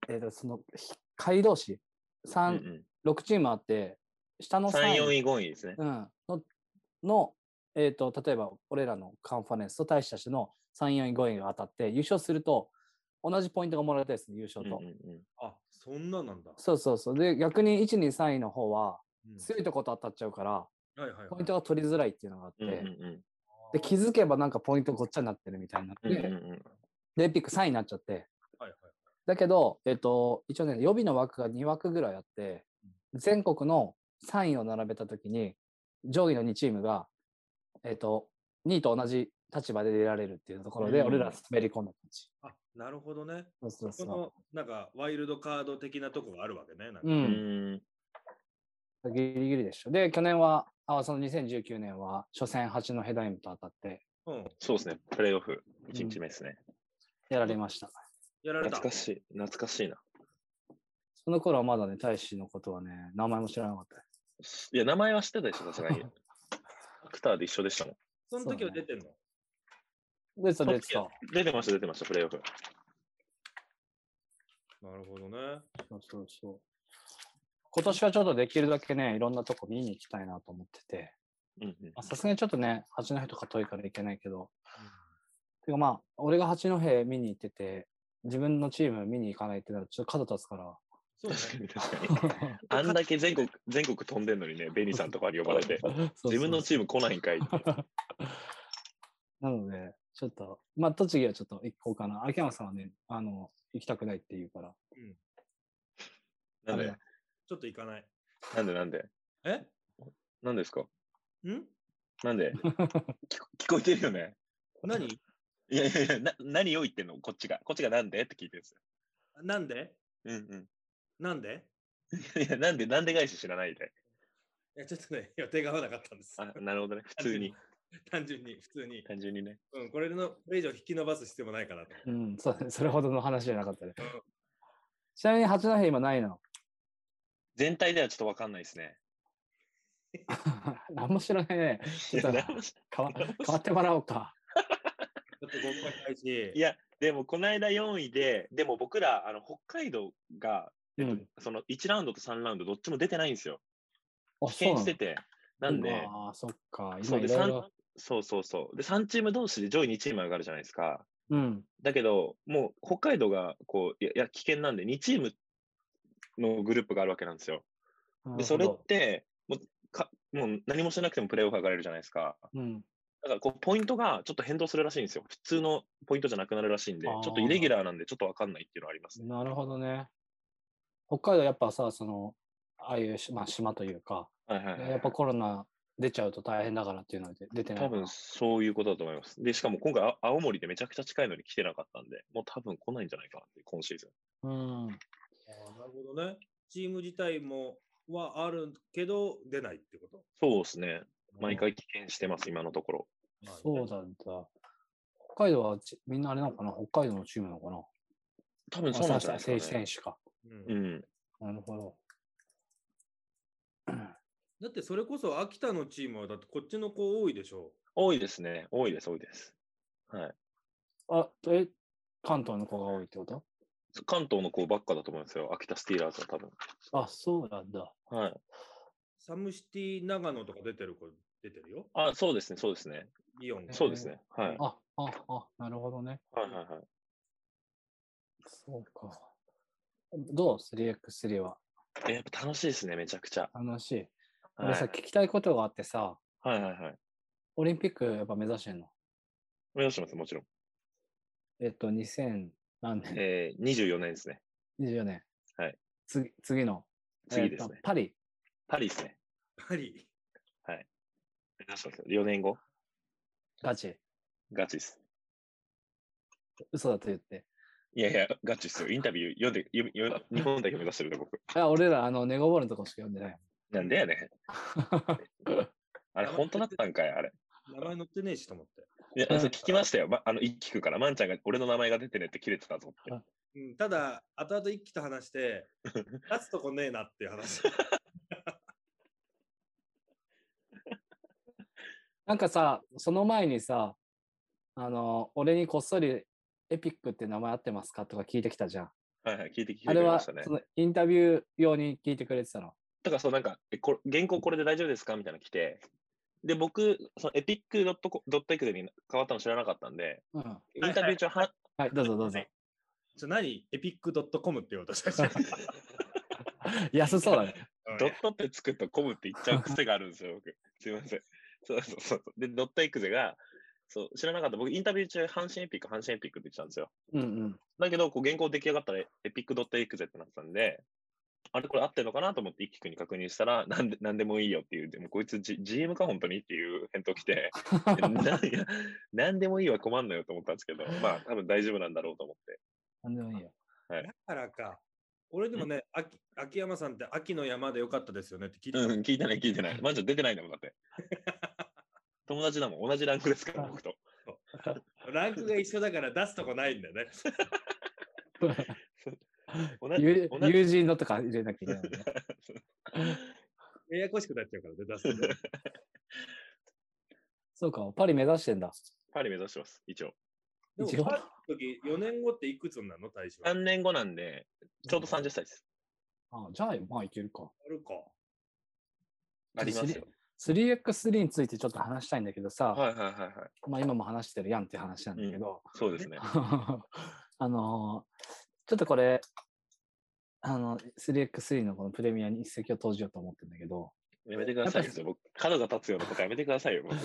[SPEAKER 3] えっ、と、その、ひ下位同士、三
[SPEAKER 4] うん
[SPEAKER 3] 6チームあって、下
[SPEAKER 4] うん、
[SPEAKER 3] の
[SPEAKER 4] 3、
[SPEAKER 3] 三
[SPEAKER 4] 4位、5位ですね。
[SPEAKER 3] うん、の、のえっ、と、例えば、俺らのカンファレンスと大使たちの3、4位、5位が当たって、優勝すると、同じポイントがもらえたりする、優
[SPEAKER 4] うん
[SPEAKER 3] 勝
[SPEAKER 4] うん
[SPEAKER 3] と。
[SPEAKER 4] うん、
[SPEAKER 2] あ、そんななんだ。
[SPEAKER 3] そうそうそう。で、逆に1、2、3位の方は、
[SPEAKER 2] うん
[SPEAKER 3] 強いとこと当たっちゃうから、
[SPEAKER 2] はいはいはい
[SPEAKER 3] ポイントが取りづらいっていうのがあって、
[SPEAKER 4] うんうん
[SPEAKER 3] で、気づけばなんかポイントごっちゃになってるみたいになって、
[SPEAKER 4] うんうんうん
[SPEAKER 3] で、エピック3位になっちゃって。
[SPEAKER 2] はいはい
[SPEAKER 3] だけど、えっ、と、一応ね、予備の枠が2枠ぐらいあって、全国の3位を並べたときに、上位の2チームが、えっ、と、2位と同じ立場で出られるっていうところで、
[SPEAKER 4] うん
[SPEAKER 3] 俺ら滑り込んだ感じ。
[SPEAKER 2] あ、なるほどね。
[SPEAKER 3] そうそう
[SPEAKER 2] こ
[SPEAKER 3] そ
[SPEAKER 2] の、なんか、ワイルドカード的なとこがあるわけね。なんか
[SPEAKER 3] う。う。
[SPEAKER 4] うんん。
[SPEAKER 3] ギリギリでしょ。で、去年は、あその2019年は、初戦8のヘダイムと当たって、
[SPEAKER 2] うん。
[SPEAKER 4] そうですね。プレイオフ、1日目ですね。
[SPEAKER 3] やられました。
[SPEAKER 2] やられた
[SPEAKER 4] 懐。かしい。懐かしいな。
[SPEAKER 3] その頃はまだね、大使のことはね、名前も知らなかった。
[SPEAKER 4] いや、名前は知ってたでしょ、さ すがに。アクターで一緒でしたもん。
[SPEAKER 2] その時は出てんの
[SPEAKER 3] で、それでさ、
[SPEAKER 4] 出てました、出てました、プレイオフ。
[SPEAKER 2] なるほどね。
[SPEAKER 3] そうそうそう。今年はちょっとできるだけね、いろんなとこ見に行きたいなと思ってて、
[SPEAKER 4] うんう
[SPEAKER 3] ま
[SPEAKER 4] ん
[SPEAKER 3] あさすがにちょっとね、八戸とか遠いから行けないけど、てかまあ、俺が八戸見に行ってて、自分のチーム見に行かないってなるとちょっと肩立つから、
[SPEAKER 2] そうね。
[SPEAKER 4] 確かに確かに。
[SPEAKER 3] そ
[SPEAKER 4] あんだけ全国、全国飛んでんのにね、ベニーさんとかに呼ばれて、
[SPEAKER 3] う そう
[SPEAKER 4] 自分のチーム来ないんかいって。
[SPEAKER 3] なので、ちょっと、まあ、栃木はちょっと行こうかな。秋山さんはね、あの、行きたくないって言うから。
[SPEAKER 4] なんで、
[SPEAKER 2] ちょっと行かない。
[SPEAKER 4] なんで、なんで、
[SPEAKER 2] え
[SPEAKER 4] なんですか
[SPEAKER 2] ん
[SPEAKER 4] な んで聞こ聞こえてるよね。
[SPEAKER 2] 何
[SPEAKER 4] いやいやいや、な何を言ってんのこっちが。こっちがなんでって聞いてるんですよ。
[SPEAKER 2] なんで
[SPEAKER 4] うん
[SPEAKER 2] なんで
[SPEAKER 4] うん。いや、なんで、なんで返し知らないで。
[SPEAKER 2] いや、ちょっとね、 予定が合わなかったんです。
[SPEAKER 4] あ、なるほどね。普通に。
[SPEAKER 2] 単純に、普通に。
[SPEAKER 4] 単純にね。
[SPEAKER 2] うん、これの、これ以上引き伸ばす必要もないかなと。
[SPEAKER 3] うん、そうだ ね。それほどの話じゃなかったね。ちなみに八戸今ないの。
[SPEAKER 4] 全体ではちょっとわかんないですね。
[SPEAKER 3] 何も知らないね。
[SPEAKER 4] い
[SPEAKER 3] ちょっ
[SPEAKER 4] や
[SPEAKER 3] と
[SPEAKER 4] なんもし
[SPEAKER 3] 変わ変わってもらおうか。
[SPEAKER 2] ちょっとごめんないし。
[SPEAKER 4] いやでも、この間4位で、でも僕ら、あの、北海道が、
[SPEAKER 3] うん。
[SPEAKER 4] その1ラウンドと3ラウンド、どっちも出てないんですよ。
[SPEAKER 3] あ、
[SPEAKER 4] 棄権してて。なんで、
[SPEAKER 3] ああ、そっか。
[SPEAKER 4] そ
[SPEAKER 3] 今
[SPEAKER 4] うで
[SPEAKER 3] いろい
[SPEAKER 4] 三
[SPEAKER 3] ろ。
[SPEAKER 4] そうそうそう。で、3チーム同士で上位2チーム上がるじゃないですか。
[SPEAKER 3] うん。
[SPEAKER 4] だけど、もう北海道がこういやいや危険なんで、2チームのグループがあるわけなんですよ。
[SPEAKER 3] な
[SPEAKER 4] で、
[SPEAKER 3] る
[SPEAKER 4] そ
[SPEAKER 3] ほ
[SPEAKER 4] れ
[SPEAKER 3] ど
[SPEAKER 4] ってもうか、もう何もしなくてもプレーオフ上がれるじゃないですか。
[SPEAKER 3] うん。
[SPEAKER 4] だからこう、ポイントがちょっと変動するらしいんですよ。普通のポイントじゃなくなるらしいんで、ち
[SPEAKER 3] あー
[SPEAKER 4] ょっとイレギュラーなんで、ちょっとわかんないっていうのはありますね。
[SPEAKER 3] なるほどね。北海道やっぱさ、その、ああいうし、まあ、島というか、
[SPEAKER 4] はいはいはい
[SPEAKER 3] やっぱコロナ出ちゃうと大変だからっていうので出てない
[SPEAKER 4] 多
[SPEAKER 3] のかな。
[SPEAKER 4] 分そういうことだと思います。で、しかも今回、あ青森でめちゃくちゃ近いのに来てなかったんで、もう多分来ないんじゃないかなって、今シーズ
[SPEAKER 3] う
[SPEAKER 4] ン。
[SPEAKER 3] ん。
[SPEAKER 2] あーなるほどね。チーム自体も、はあるけど、出ないってこと。
[SPEAKER 4] そうですね。毎回危険してます、今のところ。
[SPEAKER 2] まあね
[SPEAKER 3] そうなんだ。北海道はちみんなあれなのかな北海道のチームなのかな
[SPEAKER 4] 多分そうなんじゃない
[SPEAKER 3] 選
[SPEAKER 4] で
[SPEAKER 3] 手
[SPEAKER 4] すか、
[SPEAKER 3] 選
[SPEAKER 4] ね。
[SPEAKER 3] 手か。
[SPEAKER 2] うん
[SPEAKER 4] うん。
[SPEAKER 3] なるほど。
[SPEAKER 2] だってそれこそ秋田のチームはだってこっちの子多いでしょ
[SPEAKER 4] 多いですね。多いです、多いです。はい。
[SPEAKER 3] あ、え、関東の子が多いってこと
[SPEAKER 4] 関東の子ばっかだと思うんですよ。秋田スティーラーズは多分。
[SPEAKER 3] あ、そうなんだ。
[SPEAKER 4] はい。
[SPEAKER 2] サムシティ長野とか出てる子出てるよ。
[SPEAKER 4] あ、そうですね、そうですね。
[SPEAKER 2] イオンが。
[SPEAKER 4] そうですね。はい。はい
[SPEAKER 3] あ、あ、あ、なるほどね。
[SPEAKER 4] はいはい。
[SPEAKER 3] そうか。どう ?3x3 は。
[SPEAKER 4] えやっぱ楽しいですね、めちゃくちゃ。
[SPEAKER 3] 楽しい。
[SPEAKER 4] はい
[SPEAKER 3] 俺さ、聞きたいことがあってさ、
[SPEAKER 4] はいはいはい。
[SPEAKER 3] オリンピックやっぱ目指してんの
[SPEAKER 4] 目指してます、もちろん。
[SPEAKER 3] えっと、2000何年
[SPEAKER 4] えー、24年ですね。
[SPEAKER 3] ?24 年。
[SPEAKER 4] はい。
[SPEAKER 3] 次、次の。
[SPEAKER 4] 次ですね
[SPEAKER 3] えっとパリ。
[SPEAKER 4] パリですね。
[SPEAKER 2] パリ。
[SPEAKER 4] 目指してますよ。4年後、
[SPEAKER 3] ガチ。
[SPEAKER 4] ガチです。
[SPEAKER 3] 嘘だと言って。
[SPEAKER 4] いやいや、ガチですよ。インタビュー読んで、読み読み日本代表目指してるで、 僕。
[SPEAKER 3] あ、俺ら、あの、ネゴボールのとこしか読んでない。
[SPEAKER 4] なんでやねん。あれ、本当だったんかい、あれ。
[SPEAKER 2] 名前載ってねえしと思って。
[SPEAKER 4] いや、そう聞きましたよ。ま、あの、一聞くから、まんちゃんが俺の名前が出てねって切れてたぞって。
[SPEAKER 2] うん、ただ、後々一気と話して、出すとこねえなっていう話。
[SPEAKER 3] なんかさ、その前にさ、あの、俺にこっそりエピックって名前合ってますかとか聞いてきたじゃん。
[SPEAKER 4] はいはい、聞いて聞いて
[SPEAKER 3] あ
[SPEAKER 4] く
[SPEAKER 3] れ
[SPEAKER 4] れま
[SPEAKER 3] は、
[SPEAKER 4] したね。
[SPEAKER 3] そのインタビュー用に聞いてくれてたの。
[SPEAKER 4] だからそうなんか、えこ原稿これで大丈夫ですかみたいなの来て、で、僕、そのエピック .exe に変わったの知らなかったんで、
[SPEAKER 3] うん。
[SPEAKER 4] インタビュー中は、
[SPEAKER 3] はい、どうぞどうぞ。
[SPEAKER 2] ちょ何エピックドットコムって言おうとしたし
[SPEAKER 3] 安そうだ ね。
[SPEAKER 4] ドットってつくとコムって言っちゃう癖があるんですよ、僕。すいません。そうそうそうそう。で、ドットエクゼが、そう、知らなかった。僕、インタビュー中、阪神エピック、阪神エピックって言ってたんですよ。
[SPEAKER 3] うん うん。
[SPEAKER 4] だけど、こう原稿出来上がったら、エピックドットエクゼってなってたんで、あれこれ合ってるのかなと思って、一輝くんに確認したら、なんで、なんでもいいよっていう、でもこいつ、G、GM か、本当にっていう返答来て、 なんや、なんでもいいは困んのよと思ったんですけど、まあ、多分大丈夫なんだろうと思って。
[SPEAKER 3] なんでもいい よ。
[SPEAKER 2] だからか。俺でもね、秋秋山さんって秋の山でよかったですよねって聞いてた、
[SPEAKER 4] うん、聞いてない、聞いてない。マジで出てないんだもん、 だって。友達だもん、同じランクですから、僕と。
[SPEAKER 2] ランクが一緒だから出すとこないんだよね。
[SPEAKER 4] 同
[SPEAKER 3] 友
[SPEAKER 4] じ、同じ。
[SPEAKER 3] 友人のとか入れなきゃいけないもんね。
[SPEAKER 2] ややこしくなっちゃうからね、出すとこ。
[SPEAKER 3] そうか、パリ目指してんだ。
[SPEAKER 4] パリ目指してます、一応。
[SPEAKER 2] で
[SPEAKER 3] 一応
[SPEAKER 2] も、パッと時4年後っていくつになるの大将。
[SPEAKER 4] 3年後なんで、ちょうど30歳です。
[SPEAKER 3] あじゃあ、まあいけるか。
[SPEAKER 2] あるか。
[SPEAKER 4] ありますよ。
[SPEAKER 3] 3x3 についてちょっと話したいんだけどさ、
[SPEAKER 4] はいはいはいはい。
[SPEAKER 3] まあ今も話してるやんって話なんだけど、
[SPEAKER 4] そうですね。
[SPEAKER 3] あのーちょっとこれ、あの、3x3 のこのプレミアに一石を投じようと思ってるんだけど、
[SPEAKER 4] やめてください
[SPEAKER 3] やっ
[SPEAKER 4] よ。僕、角が立つようなことやめてくださいよ、僕。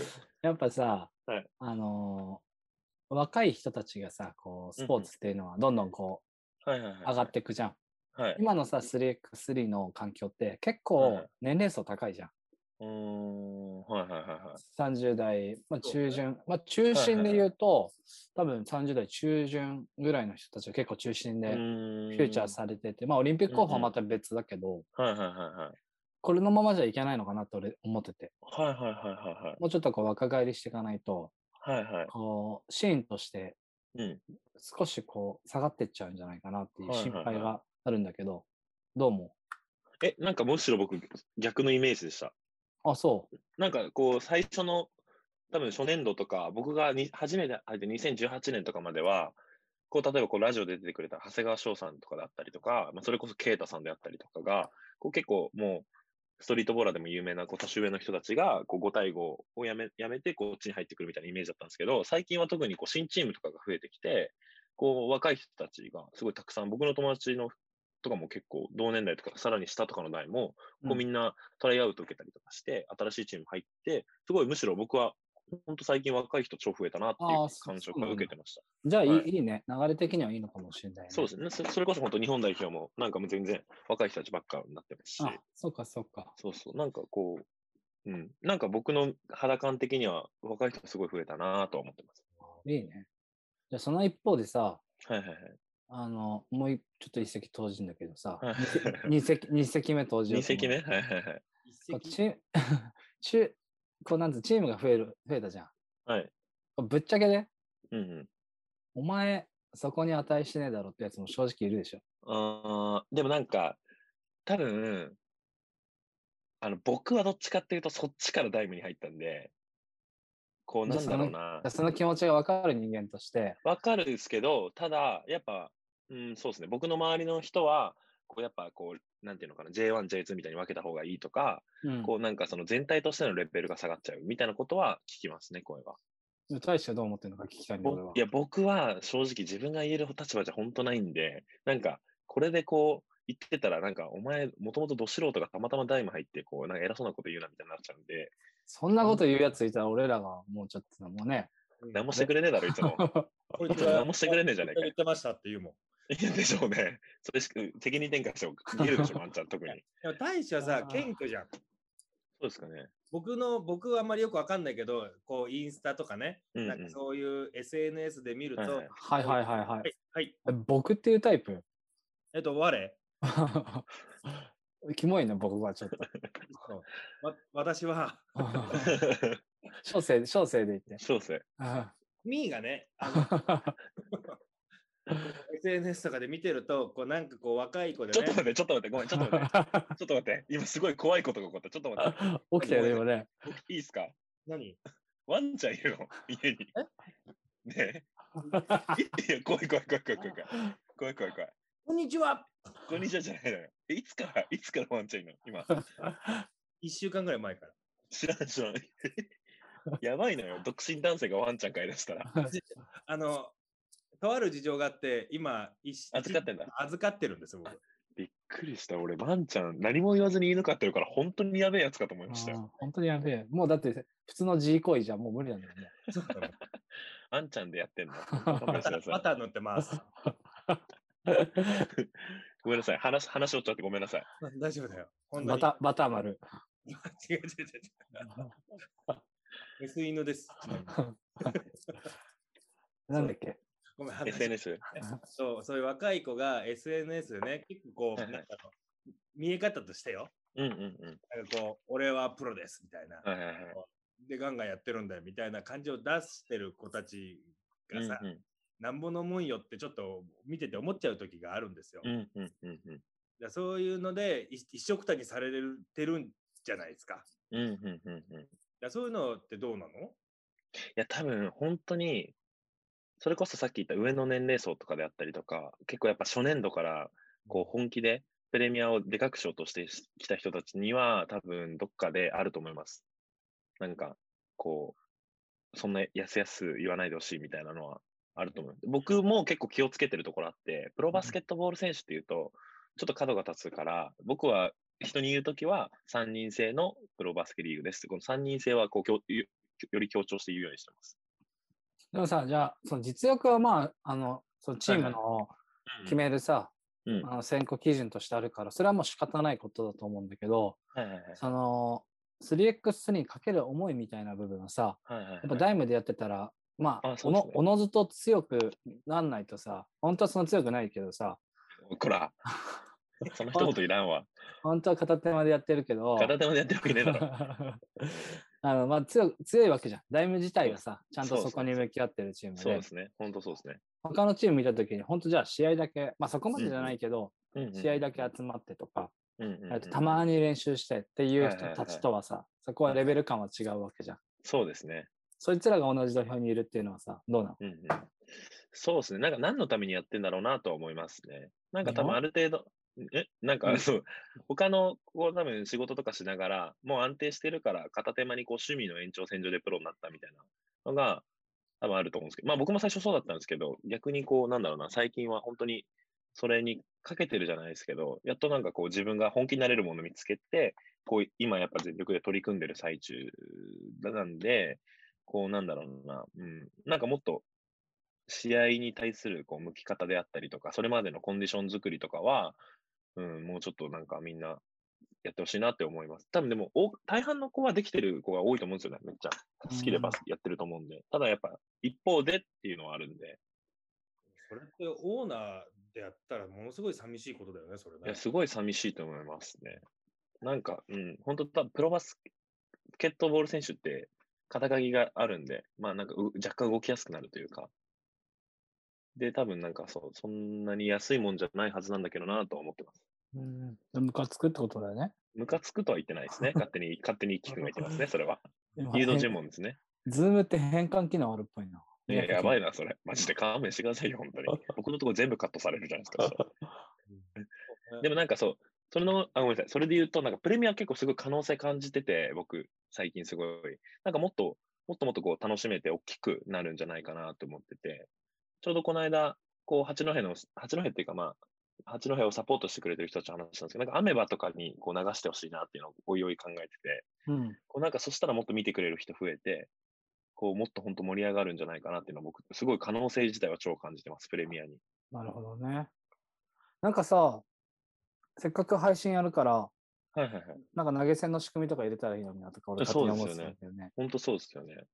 [SPEAKER 3] やっぱさ、
[SPEAKER 4] はい
[SPEAKER 3] あのー若い人たちがさ、こう、スポーツっていうのはどんどんこ、。
[SPEAKER 4] はいはいはいう
[SPEAKER 3] 上がっていくじゃん。
[SPEAKER 4] はい。
[SPEAKER 3] 今のさ、3x3 の環境って結
[SPEAKER 4] はいは
[SPEAKER 3] 構
[SPEAKER 4] い
[SPEAKER 3] 年齢層高いじゃん。
[SPEAKER 4] うーん、はいはいはいは
[SPEAKER 3] 30代、まあ、
[SPEAKER 2] そうね
[SPEAKER 3] 中旬、まあ、中心で
[SPEAKER 4] はいはい
[SPEAKER 3] 言うと、多分30代中旬ぐらいの人たちが結構中心
[SPEAKER 4] い。
[SPEAKER 3] で
[SPEAKER 4] う
[SPEAKER 3] フ
[SPEAKER 4] ーん
[SPEAKER 3] ューチャーされてて、まあオリンピック候補はまた別だけど、
[SPEAKER 4] はいはいはいはい。
[SPEAKER 3] これのままじゃいけないのかなと俺思ってて、
[SPEAKER 4] はいはいはいはい
[SPEAKER 3] もうちょっとこう若返りしていかないと、
[SPEAKER 4] はい。はいはい。
[SPEAKER 3] こうシーンとして
[SPEAKER 4] うん。
[SPEAKER 3] 少しこう下がってっちゃうんじゃないかなっていう
[SPEAKER 4] はいはい
[SPEAKER 3] 心
[SPEAKER 4] はい
[SPEAKER 3] 配があるんだけど、どうも。
[SPEAKER 4] え、なんかむしろ僕、逆のイメージでした。
[SPEAKER 3] あ、そう。
[SPEAKER 4] なんかこう、最初の、多分初年度とか、僕がに初めて入って2018年とかまでは、こう、例えばこう、ラジオで出てくれた長谷川翔さんとかだったりとか、まあ、それこそ啓太さんであったりとかが、こう結構もう、ストリートボーラーでも有名なこう年上の人たちが、こう、5対5をやめやめて、こっちに入ってくるみたいなイメージだったんですけど、最近は特にこう、新チームとかが増えてきて、こう、若い人たちがすごいたくさん、僕の友達のとかも結構、同年代とか、さらに下とかの代も、こ
[SPEAKER 3] う
[SPEAKER 4] うんみんなトライアウト受けたりとかして、新しいチーム入って、すごいむしろ僕は、本当最近若い人超増えたなってい
[SPEAKER 3] あー
[SPEAKER 4] う
[SPEAKER 3] そ
[SPEAKER 4] 感
[SPEAKER 3] そ
[SPEAKER 4] 触
[SPEAKER 3] うなん
[SPEAKER 4] が
[SPEAKER 3] だ
[SPEAKER 4] 受けてました。
[SPEAKER 3] じゃあいい,、
[SPEAKER 4] はい
[SPEAKER 3] い、ね。流れ的にはいいのかもしれない、ね。
[SPEAKER 4] そうですねそ。それこそ本当日本代表もなんかもう全然若い人たちばっかになってますし、
[SPEAKER 3] あ、そうかそうか。
[SPEAKER 4] そうそう、なんかこう、うん、なんか僕の肌感的には若い人すごい増えたなとは思ってます。
[SPEAKER 3] いいね。じゃあその一方でさ、
[SPEAKER 4] はいはいはい。
[SPEAKER 3] あの、もういちょっと一石投じんだけどさ、
[SPEAKER 4] はい
[SPEAKER 3] 二石二石目投じよ
[SPEAKER 4] 二
[SPEAKER 3] うと思う
[SPEAKER 4] 席目はいはいはい。
[SPEAKER 2] 一
[SPEAKER 3] こう
[SPEAKER 2] 石
[SPEAKER 3] チーム 中こうなんつうチームが増える増えたじゃん。
[SPEAKER 4] はい。
[SPEAKER 3] こうぶっちゃけね、
[SPEAKER 4] うんうん。
[SPEAKER 3] お前そこに値してねえだろってやつも正直いるでしょ。
[SPEAKER 4] あーでもなんか、多分、あの、僕はどっちかっていうと、そっちからダイムに入ったんで、こう、
[SPEAKER 3] じ
[SPEAKER 4] な
[SPEAKER 3] ゃあ
[SPEAKER 4] んだろうな
[SPEAKER 3] だから。その気持ちが分かる人間として、
[SPEAKER 4] わかるんですけど、ただ、やっぱ、うん、そうですね。僕の周りの人は、こう、やっぱ、こう、なんていうのかな、J1、J2 みたいに分けた方がいいとか、
[SPEAKER 3] うん、
[SPEAKER 4] こう、なんかその全体としてのレベルが下がっちゃうみたいなことは聞きますね、声は。
[SPEAKER 3] 大使はどう思ってるのか聞きたいんだ
[SPEAKER 4] ぼ
[SPEAKER 3] けど。
[SPEAKER 4] いや、僕は正直自分が言える立場じゃ本当ないんで、なんか、これでこう、言ってたら、なんか、お前、もともとど素人がたまたまダイム入って、こう、なんか偉そうなこと言うなみたいになっちゃうんで、
[SPEAKER 3] そんなこと言うやついたら俺らがもうちょっともうね。
[SPEAKER 4] 何もしてくれねえだろ、いつも。
[SPEAKER 2] こい
[SPEAKER 4] 本当に何もしてくれねえじゃねえか
[SPEAKER 2] 言
[SPEAKER 4] よ
[SPEAKER 2] っ。てましたって言うもん。
[SPEAKER 4] いやでしょうね。それしか、責任転嫁して逃げるでしょ、ワンちゃん、特に。
[SPEAKER 2] でも大使は
[SPEAKER 3] あ
[SPEAKER 2] さ
[SPEAKER 3] ー、
[SPEAKER 2] 謙虚じゃん。
[SPEAKER 4] そうですかね。
[SPEAKER 2] 僕の、僕はあんまりよくわかんないけど、こう、インスタとかね、
[SPEAKER 4] うん、う
[SPEAKER 2] なん
[SPEAKER 4] ん
[SPEAKER 2] か。そういう SNS で見ると、
[SPEAKER 4] は
[SPEAKER 2] は
[SPEAKER 4] いはい
[SPEAKER 2] い、
[SPEAKER 3] はいはいはいはい。
[SPEAKER 2] はい、
[SPEAKER 3] え僕っていうタイプ
[SPEAKER 2] えっと、我、
[SPEAKER 3] キモいね、僕はちょっと。
[SPEAKER 2] そうわ私は、
[SPEAKER 3] 小生、小生で言って。
[SPEAKER 4] そうですね。
[SPEAKER 2] ミーがね、あの SNS とかで見てると、こう、なんかこう、若い子で
[SPEAKER 4] ちょっと
[SPEAKER 2] ね
[SPEAKER 4] 待っ、て、ちょっと待って、ごめん、 ちょっと待って。ちょっ と待って、今すごい怖いことが起こった。ちょっと待っ
[SPEAKER 3] 起
[SPEAKER 4] て、
[SPEAKER 3] きたよね、今ね。
[SPEAKER 4] 僕いいですか
[SPEAKER 2] 何
[SPEAKER 4] ワンちゃんいる の家に。ねえ。いや、怖い怖い怖い怖い怖い怖い。怖い怖い怖い。
[SPEAKER 5] こんにちは。
[SPEAKER 4] こんにちはじゃないのよ。え、いつから、いつからワンちゃんいるの今。
[SPEAKER 2] 1週間ぐらい前から。
[SPEAKER 4] 知らん知らん。 やばいのよ。独身男性がワンちゃん飼い出したら。
[SPEAKER 2] あの、とある事情があって、今、一
[SPEAKER 4] 預かってんだ。
[SPEAKER 2] 預かってるんです よ、僕。
[SPEAKER 4] びっくりした。俺、ワンちゃん、何も言わずに犬飼ってるから、本当にやべえやつかと思いましたよ。
[SPEAKER 3] 本当にやべえ。もうだって、普通の G 行為じゃもう無理なんだよね。
[SPEAKER 4] ワンちゃんでやってんの。ごめん
[SPEAKER 2] バ
[SPEAKER 4] な
[SPEAKER 2] タ
[SPEAKER 4] さい。
[SPEAKER 2] ーバター塗ってます。
[SPEAKER 4] ごめんなさい。話、話をちゃってごめんなさい。
[SPEAKER 2] 大丈夫だよ。本当
[SPEAKER 3] バ
[SPEAKER 2] に。
[SPEAKER 3] タ、バタ丸。
[SPEAKER 2] 違う違う違う違う。S 犬です。ちなみに
[SPEAKER 3] なんだっけ
[SPEAKER 2] ごめん、話
[SPEAKER 4] SNS。
[SPEAKER 2] そう、そういう若い子が SNS でね、結構こう、
[SPEAKER 4] はいはい
[SPEAKER 2] なんかあの見え方としてよ。
[SPEAKER 4] うんうん
[SPEAKER 2] なんかこう、俺はプロですみたいな。
[SPEAKER 4] うん。はいはいはい。
[SPEAKER 2] で、ガンガンやってるんだよみたいな感じを出してる子たちがさ、
[SPEAKER 4] うんうん
[SPEAKER 2] なんぼのもんよってちょっと見てて思っちゃう時があるんですよ。
[SPEAKER 4] う
[SPEAKER 2] だか
[SPEAKER 4] んうんうんうん。
[SPEAKER 2] らそういうので、い一緒くたにされてるんじゃないですか。だか
[SPEAKER 4] うんうんうんうん。い
[SPEAKER 2] らそういうのってどうなの
[SPEAKER 4] や、多分、本当に、それこそさっき言った上の年齢層とかであったりとか、結構やっぱ初年度から、こう、本気で、プレミアをでかくしようとしてきた人たちには、多分、どっかであると思います。なんか、こう、そんなやすやす言わないでほしいみたいなのはあると思う。僕も結構気をつけてるところあって、プロバスケットボール選手っていうと、ちょっと角が立つから、僕は人に言うときは、3人制のプロバスケリーグです。この3人制はこう強よ、より強調して言うようにしてます。
[SPEAKER 3] でもさ、じゃあ、その実力はまあ、あの、そのチームの決めるさ、
[SPEAKER 4] うん。
[SPEAKER 3] あの選考基準としてあるから、それはもう仕方ないことだと思うんだけど、
[SPEAKER 4] はいはいはい。
[SPEAKER 3] その、3x3 にかける思いみたいな部分はさ、
[SPEAKER 4] はいはいはい
[SPEAKER 3] やっぱダイムでやってたら、まあ、
[SPEAKER 4] あそ
[SPEAKER 3] お
[SPEAKER 4] うで
[SPEAKER 3] の
[SPEAKER 4] すね
[SPEAKER 3] おのずと強くなんないとさ、本当はその強くないけどさ、
[SPEAKER 4] こら、その一言いらんわ。
[SPEAKER 3] 本当は片手までやってるけど、
[SPEAKER 4] 片手までやってるわけねえだろ。
[SPEAKER 3] あのまあ、強強いわけじゃん。ダイム自体がさ、ちゃん
[SPEAKER 4] そう
[SPEAKER 3] と
[SPEAKER 4] そう
[SPEAKER 3] そこに向き合ってるチーム
[SPEAKER 4] そう
[SPEAKER 3] で
[SPEAKER 4] で、すね。本当そうですね。
[SPEAKER 3] 他のチーム見たときに、本当じゃあ試合だけ、まあそこまでじゃないけど、
[SPEAKER 4] うんうん
[SPEAKER 3] 試合だけ集まってとか、
[SPEAKER 4] うんうんうん
[SPEAKER 3] あとたまに練習してっていう
[SPEAKER 4] はいはい
[SPEAKER 3] 人
[SPEAKER 4] はい
[SPEAKER 3] たちとはさ、そこはレベル感は違うわけじゃん。
[SPEAKER 4] そうですね。
[SPEAKER 3] そいつらが同じ土俵にいるっていうのはさ、どうなの
[SPEAKER 4] うんうん、そうですね。なんか何のためにやってんだろうなとは思いますね。なんか多分ある程度、え、なんか、そう、他の、こう多分仕事とかしながら、もう安定してるから、片手間にこう趣味の延長線上でプロになったみたいなのが、多分あると思うんですけど、まあ僕も最初そうだったんですけど、逆にこう、なんだろうな、最近は本当にそれにかけてるじゃないですけど、やっとなんかこう自分が本気になれるものを見つけて、こう今やっぱ全力で取り組んでる最中なんで、こうなんだろうな、うん、なんかもっと試合に対するこう向き方であったりとか、それまでのコンディション作りとかは、うん、もうちょっとなんかみんなやってほしいなって思います。多分でも、お大半の子はできてる子が多いと思うんですよね、めっちゃ。好きでバスケやってると思うんで。ただやっぱ、一方でっていうのはあるんで、
[SPEAKER 2] それってオーナーでやったらものすごい寂しいことだよね、それ
[SPEAKER 4] いや
[SPEAKER 2] ね。
[SPEAKER 4] すごい寂しいと思いますね。なんか、うん、本当たプロバスケットボール選手って、肩書きがあるんで、まあなんかう若干動きやすくなるというか。で、多分なんかそう、そんなに安いもんじゃないはずなんだけどなとは思ってます。
[SPEAKER 3] うん。ムカつくってことだよね。
[SPEAKER 4] ムカつくとは言ってないですね。勝手に、勝手にキ君が言って ますね、それは。
[SPEAKER 3] 今
[SPEAKER 4] 誘導尋問ですね。
[SPEAKER 3] ズームって変換機能あるっぽいな。
[SPEAKER 4] いや、やば
[SPEAKER 3] い。
[SPEAKER 4] いな、それ。マジで勘弁してくださいよ、本当に。僕のとこ全部カットされるじゃないですか。でもなんかそう、それの、あ、ごめんなさい。それで言うと、なんかプレミア結構すごい可能性感じてて、僕、最近すごい。なんかもっと、もっともっとこう楽しめて大きくなるんじゃないかなと思ってて、ちょうどこの間、こう、八戸の、八戸っていうかまあ、八戸をサポートしてくれてる人たちの話したんですけど、なんかアメバとかにこう流してほしいなっていうのをおいおい考えてて、
[SPEAKER 3] うん。
[SPEAKER 4] こうなんかそしたらもっと見てくれる人増えて、こうもっと本当盛り上がるんじゃないかなっていうのは僕、すごい可能性自体は超感じてます、プレミアに。
[SPEAKER 3] なるほどね。なんかさ、せっかく配信やるから、
[SPEAKER 4] はいはいはい。
[SPEAKER 3] なんか投げ銭の仕組みとか入れたらいいのになとか、俺勝
[SPEAKER 4] そ
[SPEAKER 3] 手
[SPEAKER 4] う
[SPEAKER 3] に
[SPEAKER 4] です
[SPEAKER 3] 思
[SPEAKER 4] よ
[SPEAKER 3] っ
[SPEAKER 4] ね
[SPEAKER 3] てたんだよね。
[SPEAKER 4] 本当そうですよね。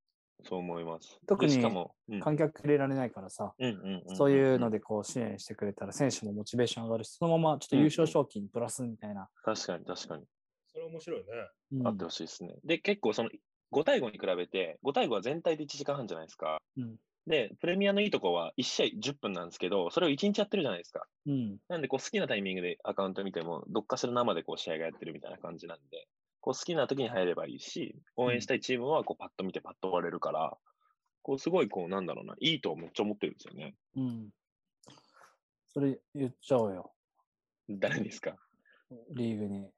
[SPEAKER 4] そう思います。
[SPEAKER 3] 特に
[SPEAKER 4] でしかも、うん
[SPEAKER 3] 観客入れられないからさ、
[SPEAKER 4] うんうんうん
[SPEAKER 3] そういうのでこう支援してくれたら選手もモチベーション上がるし、そのままちょっと優勝賞金プラスみたいな。
[SPEAKER 4] 確かに確かに。
[SPEAKER 2] それ面白いね。
[SPEAKER 3] うん
[SPEAKER 4] あってほしいですね。で、結構その5対5に比べて、5対5は全体で1時間半じゃないですか。
[SPEAKER 3] うん
[SPEAKER 4] で、プレミアのいいとこは1試合10分なんですけど、それを1日やってるじゃないですか。
[SPEAKER 3] うん。
[SPEAKER 4] なんで、こう好きなタイミングでアカウント見ても、どっかしら生でこう試合がやってるみたいな感じなんで、こう好きな時に入ればいいし、応援したいチームはこうパッと見てパッと終われるから、こうすごいこうなんだろうな、いいとめっちゃ思ってるんですよね。
[SPEAKER 3] うん。それ言っちゃおうよ。
[SPEAKER 4] 誰ですかい
[SPEAKER 3] リーグに。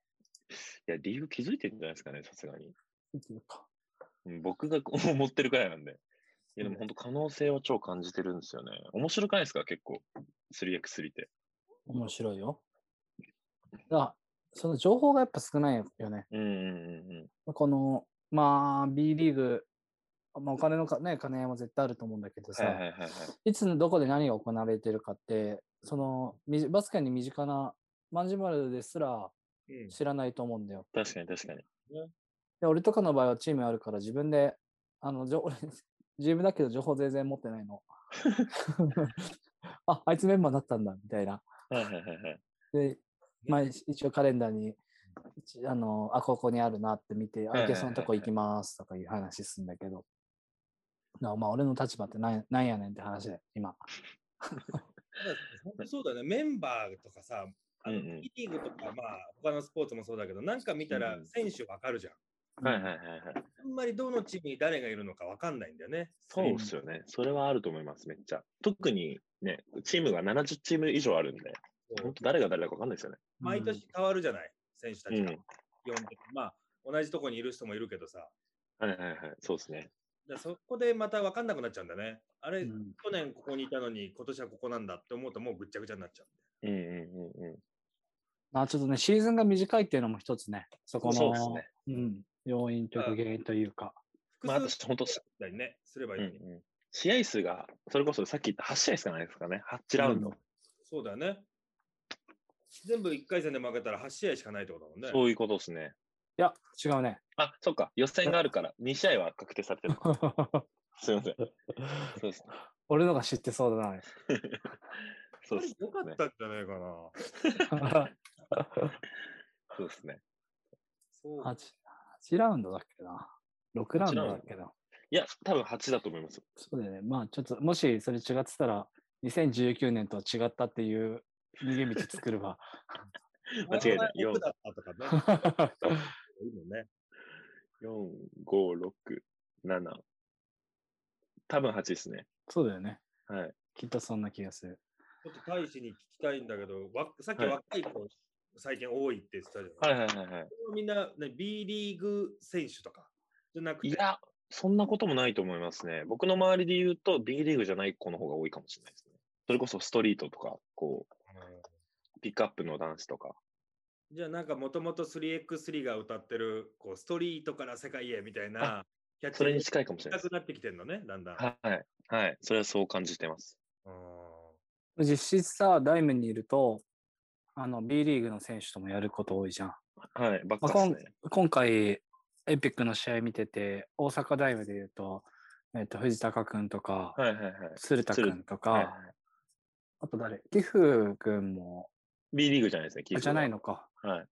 [SPEAKER 4] や、理由気づいてるんじゃないですかね、さすがに。
[SPEAKER 3] っていうか
[SPEAKER 4] うん僕がこう思ってるくらいなんで。いや、でも本当可能性は超感じてるんですよね。面白くないですか結構。3x3 って。
[SPEAKER 3] 面白いよ。だからその情報がやっぱ少ないよね。
[SPEAKER 4] うんうんうん
[SPEAKER 3] この、まあ、B リーグ、まあ、お金のか、ね、金も絶対あると思うんだけど
[SPEAKER 4] うん。
[SPEAKER 3] さ、
[SPEAKER 4] はいはいはいはい。
[SPEAKER 3] いつどこで何が行われてるかって、その、みじバスケに身近なマンジュマルですら
[SPEAKER 2] うん
[SPEAKER 3] 知らないと思うんだよ。
[SPEAKER 4] 確かに確かに。
[SPEAKER 3] で俺とかの場合はチームあるから自分で、あの、じょ 俺自分だけど情報全然持ってない の。あ、あいつメンバーになったんだ、みたいな。
[SPEAKER 4] はいはいはいはい。
[SPEAKER 3] で、まあ、一一応カレンダーに、ちあの、あ、ここにあるなって見て、
[SPEAKER 4] い
[SPEAKER 3] あ、
[SPEAKER 4] はい
[SPEAKER 3] いけそのとこ行きますとかいう話すんだけど、なまあ、俺の立場ってなんなんやねんって話で、今。
[SPEAKER 2] 本当そうだね、メンバーとかさ、あの
[SPEAKER 4] うんうん
[SPEAKER 2] リーグとか、まあ、他のスポーツもそうだけど、なんか見たら
[SPEAKER 4] うん
[SPEAKER 2] 選手わかるじゃん。
[SPEAKER 4] はいはいはいはい。
[SPEAKER 2] あんまりどのチームに誰がいるのかわかんないんだよね。
[SPEAKER 4] そうっすよね。それはあると思います、めっちゃ。特にね、チームが70チーム以上あるんで、
[SPEAKER 2] そう
[SPEAKER 4] 本当誰が誰だか分かんないですよね。
[SPEAKER 2] 毎年変わるじゃない、選手たちが。
[SPEAKER 4] うん
[SPEAKER 2] 基本的にまあ、同じとこにいる人もいるけどさ、
[SPEAKER 4] はいはいはい。そうですね。
[SPEAKER 2] だからそこでまたわかんなくなっちゃうんだね。あ
[SPEAKER 3] う
[SPEAKER 2] れ、
[SPEAKER 3] ん、
[SPEAKER 2] 去年ここにいたのに、今年はここなんだって思うと、もうぐっちゃぐちゃになっちゃう。
[SPEAKER 4] うんうんうんうん。
[SPEAKER 3] まあ、ちょっとね、シーズンが短いっていうのも一つね、そこ
[SPEAKER 4] そう
[SPEAKER 3] の、
[SPEAKER 4] ですね。
[SPEAKER 3] うん、要因という
[SPEAKER 2] う
[SPEAKER 3] か
[SPEAKER 2] ん
[SPEAKER 3] 原因というか。
[SPEAKER 2] 複
[SPEAKER 4] まあ、
[SPEAKER 2] 数
[SPEAKER 4] 私、本当、
[SPEAKER 2] だよね、すれば
[SPEAKER 4] う
[SPEAKER 2] い
[SPEAKER 4] ん
[SPEAKER 2] い、
[SPEAKER 4] う
[SPEAKER 2] のに
[SPEAKER 4] ん、試合数が、それこそさっき言った8試合しかないですからね、8ラウンド。
[SPEAKER 2] そうだよね。全部1回戦で負けたら8試合しかないってことだもんね。
[SPEAKER 4] そういうことですね。
[SPEAKER 3] いや、違うね。
[SPEAKER 4] あ、そっか、予選があるから、2試合は確定されてる。すいません。そうですね。
[SPEAKER 3] 俺のが知ってそうだな。
[SPEAKER 4] そうです
[SPEAKER 2] よか
[SPEAKER 4] ね
[SPEAKER 2] っ。たんじゃないかな。
[SPEAKER 4] そうですね。
[SPEAKER 2] そう
[SPEAKER 3] 8, 8ラウンドだっけな。6ラウンドだっけな。
[SPEAKER 4] いや、多分8だと思います。
[SPEAKER 3] そうだよね。まあちょっと、もしそれ違ってたら、2019年とは違ったっていう逃げ道作るわ。
[SPEAKER 4] 間違いない
[SPEAKER 2] 名前奥だったとかね。いいのね。
[SPEAKER 4] 4、5、6、7。多分8ですね。
[SPEAKER 3] そうだよね。
[SPEAKER 4] はい。
[SPEAKER 3] きっとそんな気がする。
[SPEAKER 2] ちょっと大使に聞きたいんだけど、わさっき
[SPEAKER 4] はい
[SPEAKER 2] 若い子、最近多いって言ってたじゃ
[SPEAKER 4] は
[SPEAKER 2] ない
[SPEAKER 4] いはいはいは
[SPEAKER 2] こ
[SPEAKER 4] い。
[SPEAKER 2] れはみんな、ね、B リーグ選手とかじゃなくて、
[SPEAKER 4] いや、そんなこともないと思いますね。僕の周りで言うと、B リーグじゃない子の方が多いかもしれないですね。それこそストリートとか、こ
[SPEAKER 2] う
[SPEAKER 4] う、ピックアップの男子とか。
[SPEAKER 2] んじゃあなんかもともと 3x3 が歌ってるこうストリートから世界へみたいなキャッチ
[SPEAKER 4] それに
[SPEAKER 2] し
[SPEAKER 4] 近いかもしれな
[SPEAKER 2] な
[SPEAKER 4] いです。
[SPEAKER 2] くなってきてんのね、だんだん。
[SPEAKER 4] はい。はい。それはそう感じてます。
[SPEAKER 2] うん
[SPEAKER 3] 実質さ、ダイムにいると、あの、B リーグの選手ともやること多いじゃん。
[SPEAKER 4] はい。ばっかですね。
[SPEAKER 3] 今回、エピックの試合見てて、大阪ダイムで言うと、えっ、と、藤高くんとか、
[SPEAKER 4] はいはいはい。
[SPEAKER 3] 鶴田くんとか、
[SPEAKER 4] はいはいはい
[SPEAKER 3] あと誰ギフくんも、
[SPEAKER 4] B リーグじゃないですね。キー
[SPEAKER 3] あ
[SPEAKER 4] プ
[SPEAKER 3] じゃないのか。
[SPEAKER 4] はい。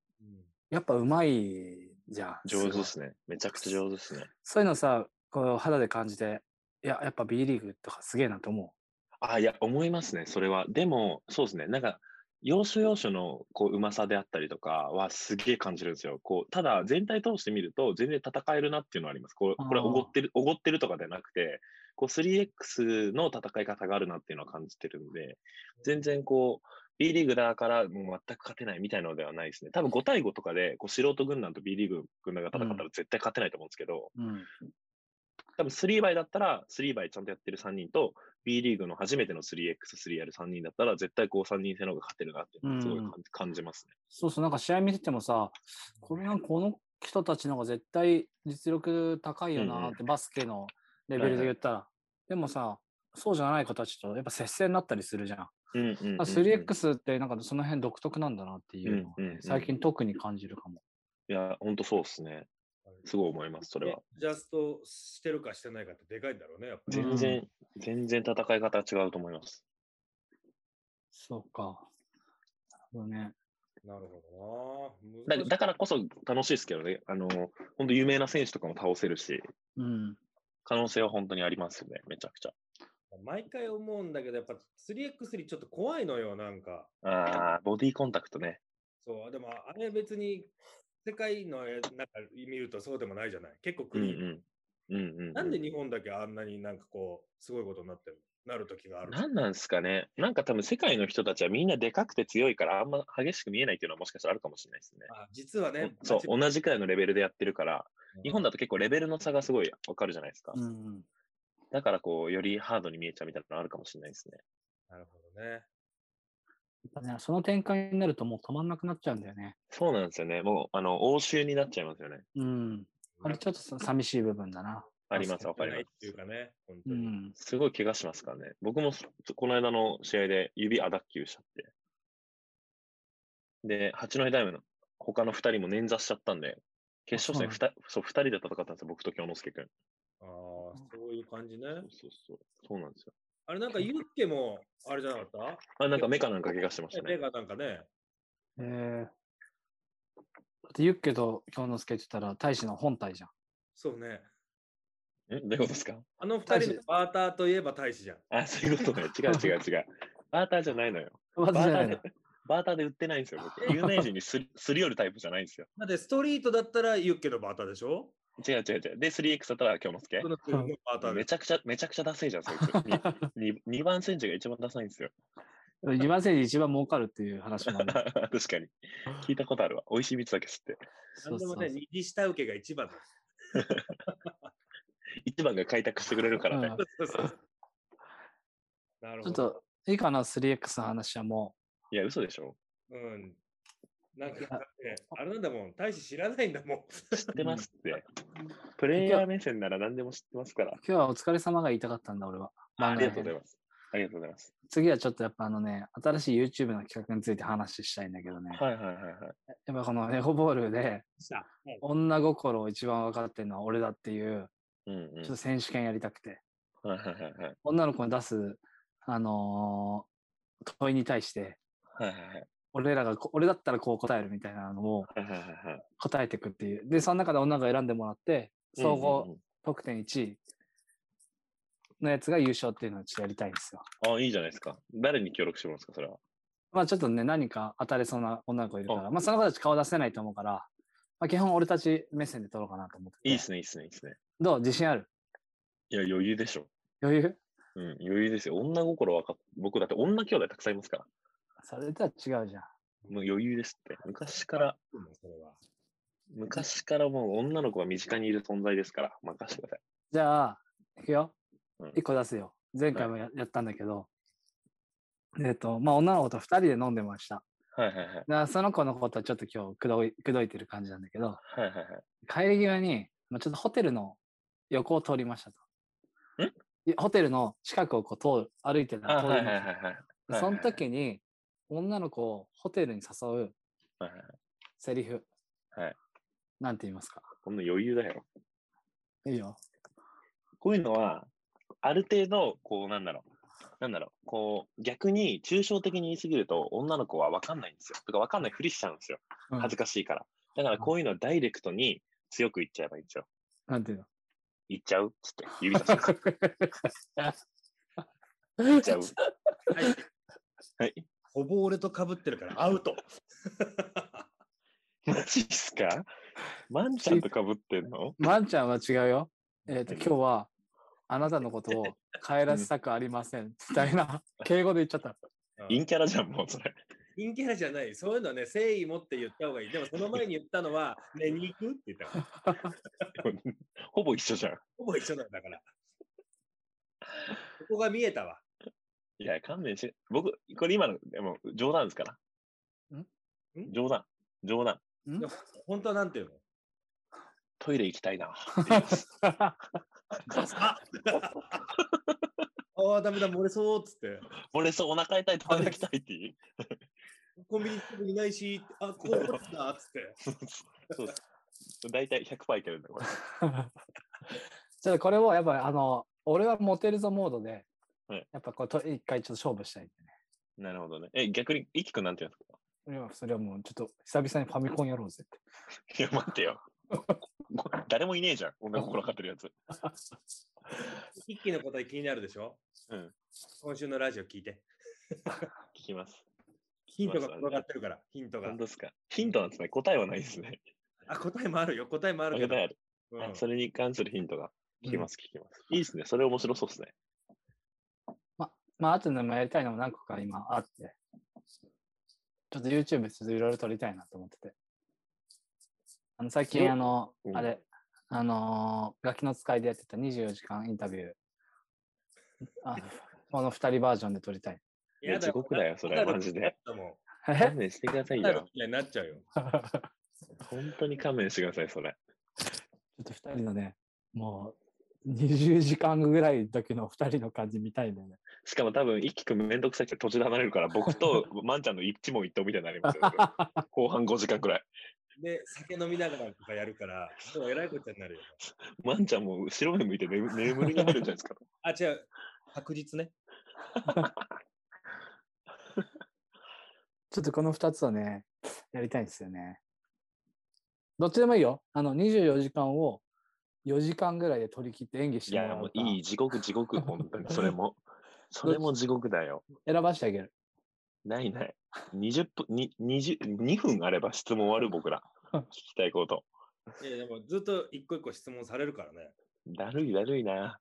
[SPEAKER 3] やっぱうまいじゃん。
[SPEAKER 4] 上手
[SPEAKER 3] ご
[SPEAKER 4] で
[SPEAKER 3] い
[SPEAKER 4] すね。めちゃくちゃ上手ですね。
[SPEAKER 3] そういうのさ、こう肌で感じて、いや、やっぱ B リーグとかすげえなと思
[SPEAKER 4] あ、いや、思いますね。それは。でも、そうですね。なんか、要所要所のこううまさであったりとかはすげえ感じるんですよ。こうただ全体通して見ると全然戦えるなっていうのはあります。こうこれ
[SPEAKER 3] あー
[SPEAKER 4] おごってるおごってるとかではなくてこう 3X の戦い方があるなっていうのは感じてるんで全然こう B リーグだからもう全く勝てないみたいなのではないですね。多分5対5とかでこう素人軍団と B リーグ軍団が戦ったら絶対勝てないと思うんですけど、
[SPEAKER 3] う。うん。
[SPEAKER 4] 多分3倍だったら、3倍ちゃんとやってる3人と、B リーグの初めての 3x3 やる3人だったら、絶対こう3人制の方が勝てるなっていうのはすごい
[SPEAKER 3] うん
[SPEAKER 4] 感じ感じますね。
[SPEAKER 3] そうそう、なんか試合見ててもさ、これなんかこの人たちの方が絶対実力高いよなーって、バスケのレベルで言ったら。でもさ、そうじゃない子たちとやっぱ接戦になったりするじゃん。
[SPEAKER 4] うんうんうんうん
[SPEAKER 3] あ 3X ってなんかその辺独特なんだなっていうのを、ね
[SPEAKER 4] うんうんうん
[SPEAKER 3] 最近特に感じるかも。
[SPEAKER 4] いや、ほんとそうですね。すごい思います、それは
[SPEAKER 2] ね。ジャストしてるかしてないかってでかいんだろうね、やっぱり。
[SPEAKER 3] うん
[SPEAKER 4] 全然、全然戦い方違うと思います。
[SPEAKER 3] そうか。なるほどね。
[SPEAKER 2] なるほどな。
[SPEAKER 4] だだからこそ楽しいですけどね、あの、ほんと有名な選手とかも倒せるし、
[SPEAKER 3] うん。
[SPEAKER 4] 可能性は本当にありますね、めちゃくちゃ。
[SPEAKER 2] 毎回思うんだけど、やっぱ 3x3 ちょっと怖いのよ、なんか。
[SPEAKER 4] あーボディコンタクトね。
[SPEAKER 2] そう、でもあれ別に世界のなんか見るとそうでもないじゃない。結構
[SPEAKER 4] うん
[SPEAKER 2] 国、
[SPEAKER 4] うん。うんうん、
[SPEAKER 2] なんで日本だけあんなになんかこう、すごいことになってる、なる時がある。
[SPEAKER 4] なんなんですかね。なんか多分世界の人たちはみんなでかくて強いからあんま激しく見えないっていうのはもしかしたらあるかもしれないですね。
[SPEAKER 2] あ実はね、
[SPEAKER 4] そう、
[SPEAKER 2] 同
[SPEAKER 4] 同じくらいのレベルでやってるから、日本
[SPEAKER 2] だ。
[SPEAKER 4] だと結構レベルの差がすごいわかるじゃないですか。
[SPEAKER 3] うん
[SPEAKER 4] だからこう、よりハードに見えちゃうみたいなのあるかもしれないですね。
[SPEAKER 2] なるほどね。
[SPEAKER 3] やっぱねその展開になるともう止まんなくなっちゃうんだよね。
[SPEAKER 4] そうなんですよね。もう、あの、応酬になっちゃいますよね。
[SPEAKER 3] うん。あれちょっとさ寂しい部分だな。
[SPEAKER 4] あります、わかり
[SPEAKER 2] ない
[SPEAKER 4] ま
[SPEAKER 2] っていう
[SPEAKER 4] す。
[SPEAKER 2] かね、本当
[SPEAKER 3] う
[SPEAKER 2] に。
[SPEAKER 3] ん。
[SPEAKER 4] すごい怪我しますからね。僕もそ、この間の試合で指あ脱臼しちゃって。で、八戸ダイムの他の二人も捻挫しちゃったんで、決勝戦
[SPEAKER 3] あ
[SPEAKER 4] 二人そう二人で戦ったんですよ、僕と京之介君。
[SPEAKER 2] ああ、そういう感じね。
[SPEAKER 4] そうそうそう。そうなんですよ。
[SPEAKER 2] あれなんかユッケも、あれじゃなか っ
[SPEAKER 4] あ、なんかメカなんか怪我してましたた
[SPEAKER 2] レ
[SPEAKER 4] ね。
[SPEAKER 2] がなんかね、
[SPEAKER 3] えー、だってユッケと京之助って言ったら大使の本体じゃん。
[SPEAKER 2] そうね。
[SPEAKER 4] んどういうことですか
[SPEAKER 2] あの二人
[SPEAKER 3] 大
[SPEAKER 2] の
[SPEAKER 3] 使
[SPEAKER 2] バーターといえば大使じゃん。
[SPEAKER 4] あ、そういうことね。違う違う違う。バーターじゃないのよ。
[SPEAKER 3] まず
[SPEAKER 4] バ
[SPEAKER 3] じゃ
[SPEAKER 4] ー
[SPEAKER 3] な
[SPEAKER 4] タ
[SPEAKER 3] い
[SPEAKER 4] ー
[SPEAKER 3] の
[SPEAKER 4] で、バーターで売ってないんですよ、僕。有名人にすりすり寄るタイプじゃないんですよ。
[SPEAKER 2] だってストリートだったらユッケのバーターでしょ
[SPEAKER 4] 違う違う違う。で、3X だったら京之介
[SPEAKER 2] そ。の のバーター
[SPEAKER 4] め
[SPEAKER 2] で。
[SPEAKER 4] ちゃくちゃ、めちゃくちゃダセいじゃん、そいつ。2, 番センチが一番ダサいんですよ。
[SPEAKER 3] 二番政治一番儲かるっていう話もあ
[SPEAKER 4] 確
[SPEAKER 3] る。
[SPEAKER 4] かに。聞いたことあるわ。美味しい蜜だけ吸って。
[SPEAKER 2] なんでもね、右下請けが一番だ。
[SPEAKER 4] 一番が開拓してくれるからね。
[SPEAKER 2] そうそうそうなる
[SPEAKER 3] ちょ
[SPEAKER 2] ほ
[SPEAKER 3] っ
[SPEAKER 2] ど。
[SPEAKER 3] と、いいかな、3X の話はも
[SPEAKER 4] いや、嘘でしょ。
[SPEAKER 2] うん。なんか、ね、あれなんだもん、大使知らないんだ もん。
[SPEAKER 4] 知ってますって。プレイヤー目線なら何でも知ってますから
[SPEAKER 3] う。、今日はお疲れ様が言いたかったんだ、俺は。
[SPEAKER 4] ありがとうござい
[SPEAKER 3] ます。
[SPEAKER 4] ます。ありがとうございます。
[SPEAKER 3] 次はちょっとやっぱあのね、新しい YouTube の企画について話したいんだけどね。
[SPEAKER 4] はいはいはいは
[SPEAKER 3] や
[SPEAKER 4] い。
[SPEAKER 3] っぱこのネゴボールで
[SPEAKER 2] さあはい
[SPEAKER 3] 女心を一番分かってるのは俺だっていう、
[SPEAKER 4] うん
[SPEAKER 3] ちょっと選手権やりたくて、
[SPEAKER 4] うん。はいはいはいはい。
[SPEAKER 3] 女の子に出す、あのー問いに対して、
[SPEAKER 4] はいはいはい。
[SPEAKER 3] 俺らがこ、俺だったらこう答えるみたいなのを
[SPEAKER 4] はいはいはいはい。
[SPEAKER 3] 答えていくっていう。で、その中で女が選んでもらって、総合得点1位のやつが優勝っていうのをちょっとやりたいんですよ。
[SPEAKER 4] うんうんうん。あ、いいじゃないですか。誰に協力してもらうんですか、それは。
[SPEAKER 3] まあちょっとね、何か当たれそうな女の子いるから、
[SPEAKER 4] あ
[SPEAKER 3] まあその子たち顔出せないと思うから、まあ基本俺たち目線で撮ろうかなと思ってて。
[SPEAKER 4] いいっすね、いいっすね、いいっすね。
[SPEAKER 3] どう自信ある
[SPEAKER 4] いや、余裕でしょ。
[SPEAKER 3] 余裕
[SPEAKER 4] うん、余裕ですよ。女心わかっ僕だって女兄弟たくさんいますから。
[SPEAKER 3] それとは違うじゃん。
[SPEAKER 4] もう余裕ですって。昔から、
[SPEAKER 2] うんそれは。
[SPEAKER 4] 昔からもう女の子が身近にいる存在ですから、任せてください。
[SPEAKER 3] じゃあ、いくよ
[SPEAKER 4] うん。
[SPEAKER 3] 一個出すよ。前回もや,、やったんだけど、えっ、と、まあ女の子と二人で飲んでました。
[SPEAKER 4] はいはいはい。
[SPEAKER 3] だからその子のことはちょっと今日くどい、くどいてる感じなんだけど、
[SPEAKER 4] はいはいはい。
[SPEAKER 3] 帰り際に、まあ、ちょっとホテルの横を通りましたと。
[SPEAKER 4] ん
[SPEAKER 3] いやホテルの近くをこう通歩いてた
[SPEAKER 4] あ、
[SPEAKER 3] ら通りま
[SPEAKER 4] はい
[SPEAKER 3] し
[SPEAKER 4] はい
[SPEAKER 3] た
[SPEAKER 4] はいはい。はい
[SPEAKER 3] でその時に、女の子をホテルに誘う
[SPEAKER 4] はいはい。
[SPEAKER 3] セリフ。
[SPEAKER 4] はい。
[SPEAKER 3] なんて言いますか
[SPEAKER 4] こんな余裕だよ。
[SPEAKER 3] いいよ。
[SPEAKER 4] こういうのは、ある程度、こう、なんだろう。なんだろう。こう、逆に抽象的に言いすぎると、女の子はわかんないんですよ。とか、わかんないふりしちゃうんですよ。
[SPEAKER 3] うん
[SPEAKER 4] 恥ずかしいから。だから、こういうのはダイレクトに強く言っちゃえばいいんですよ。
[SPEAKER 3] なんて言う
[SPEAKER 4] 言っちゃうっつって、指さし ます。
[SPEAKER 3] の
[SPEAKER 4] ちゃう。はい。
[SPEAKER 2] ほぼ俺と被ってるからアウト。
[SPEAKER 4] マジっすかマンちゃんとかぶってんの
[SPEAKER 3] まんちゃんは違うよ。えっ、と、今日は、あなたのことを帰らせたくありません。みたいな、敬語で言っちゃった。
[SPEAKER 4] 陰キャラじゃん、もうそれ。
[SPEAKER 2] 陰キャラじゃない。そういうのはね、誠意持って言った方がいい。でもその前に言った のは、ね、に行くって言ったから。
[SPEAKER 4] ほぼ一緒じゃん。
[SPEAKER 2] ほぼ一緒なん だから。ここが見えたわ。
[SPEAKER 4] いや、勘弁して。僕、これ今の、でも冗談ですから。
[SPEAKER 3] ん
[SPEAKER 2] ん
[SPEAKER 4] 冗談。冗談。
[SPEAKER 3] ん
[SPEAKER 2] でも本当はなんていうの
[SPEAKER 4] トイレ行きたいな。って言います
[SPEAKER 2] ああー、ダメだ、漏れそうっつって。
[SPEAKER 4] 俺、そう、お腹痛い、トイレ行きたいって言う。
[SPEAKER 2] コンビニ近くにないし、あ、こうだったっつって。
[SPEAKER 4] そうそう大体100%いけるんだ、これ。
[SPEAKER 3] ちょっとこれを、やっぱ、あの、俺はモテるぞモードで
[SPEAKER 4] はい、
[SPEAKER 3] やっぱこれと、一回ちょっと勝負したいんでね。
[SPEAKER 4] なるほどね。え、逆に、いきくんなんて言うんですか
[SPEAKER 3] いやそれはもう、ちょっと、久々にファミコンやろうぜって。
[SPEAKER 4] いや、待ってよ。これ誰もいねえじゃん。女心わかってるやつ。
[SPEAKER 2] 一気の答え気になるでしょ
[SPEAKER 4] うん。
[SPEAKER 2] 今週のラジオ聞いて。
[SPEAKER 4] 聞きます。
[SPEAKER 2] ヒントが転がってるから、ヒントが
[SPEAKER 4] 本。当ですかヒントなんですね。答えはないですね。
[SPEAKER 2] あ、答えもあるよ、答えもあるけど。
[SPEAKER 4] 答えある
[SPEAKER 2] うん
[SPEAKER 4] あそれに関するヒントが聞きます、聞きます。いいですね。それ面白そうですね。
[SPEAKER 3] まあ、あとでもやりたいのも何個か今あって、ちょっと YouTube ちょっといろいろ撮りたいなと思ってて。あの、最近、
[SPEAKER 4] よ
[SPEAKER 3] あの
[SPEAKER 4] う、ん
[SPEAKER 3] あれ、あのー、ガキの使いでやってた24時間インタビュー。あこの2人バージョンで撮りたい。
[SPEAKER 4] いや、地獄だよ、それはマジで。。
[SPEAKER 2] だも
[SPEAKER 3] え
[SPEAKER 4] 勘弁してくださ
[SPEAKER 2] ん
[SPEAKER 4] い
[SPEAKER 2] だから
[SPEAKER 4] よ。
[SPEAKER 2] 嫌いになっちゃうよ。
[SPEAKER 4] 本当に勘弁してください、それ。
[SPEAKER 3] ちょっと2人のね、もう20時間ぐらいの時の2人の感じ見たいんだよね。
[SPEAKER 4] しかも多分、一輝くんめんどくさいって途中で離れるから、僕とまんちゃんの一問一答みたいになりますよ。それ後半5時間くらい。
[SPEAKER 2] で、酒飲みながらとかやるから、でも偉いことになるよ。
[SPEAKER 4] まんちゃんもう白目向いて眠眠りに入るんじゃないですか。
[SPEAKER 2] あ、違う。確実ね。
[SPEAKER 3] ちょっとこの2つをね、やりたいんですよね。どっちでもいいよ。あの、24時間を4時間ぐらいで取り切って演技し
[SPEAKER 4] い
[SPEAKER 3] ても
[SPEAKER 4] や、
[SPEAKER 3] ら
[SPEAKER 4] も
[SPEAKER 3] う
[SPEAKER 4] う
[SPEAKER 3] か
[SPEAKER 4] いい、地獄、地獄、本当に、それも。それも地獄だよ。
[SPEAKER 3] 選ばしてあげる。
[SPEAKER 4] ないない。20分、に20 2分あれば質問終わる、僕ら。聞きたいこと。
[SPEAKER 2] いや、でもずっと一個一個質問されるからね。
[SPEAKER 4] だるい、だるいな。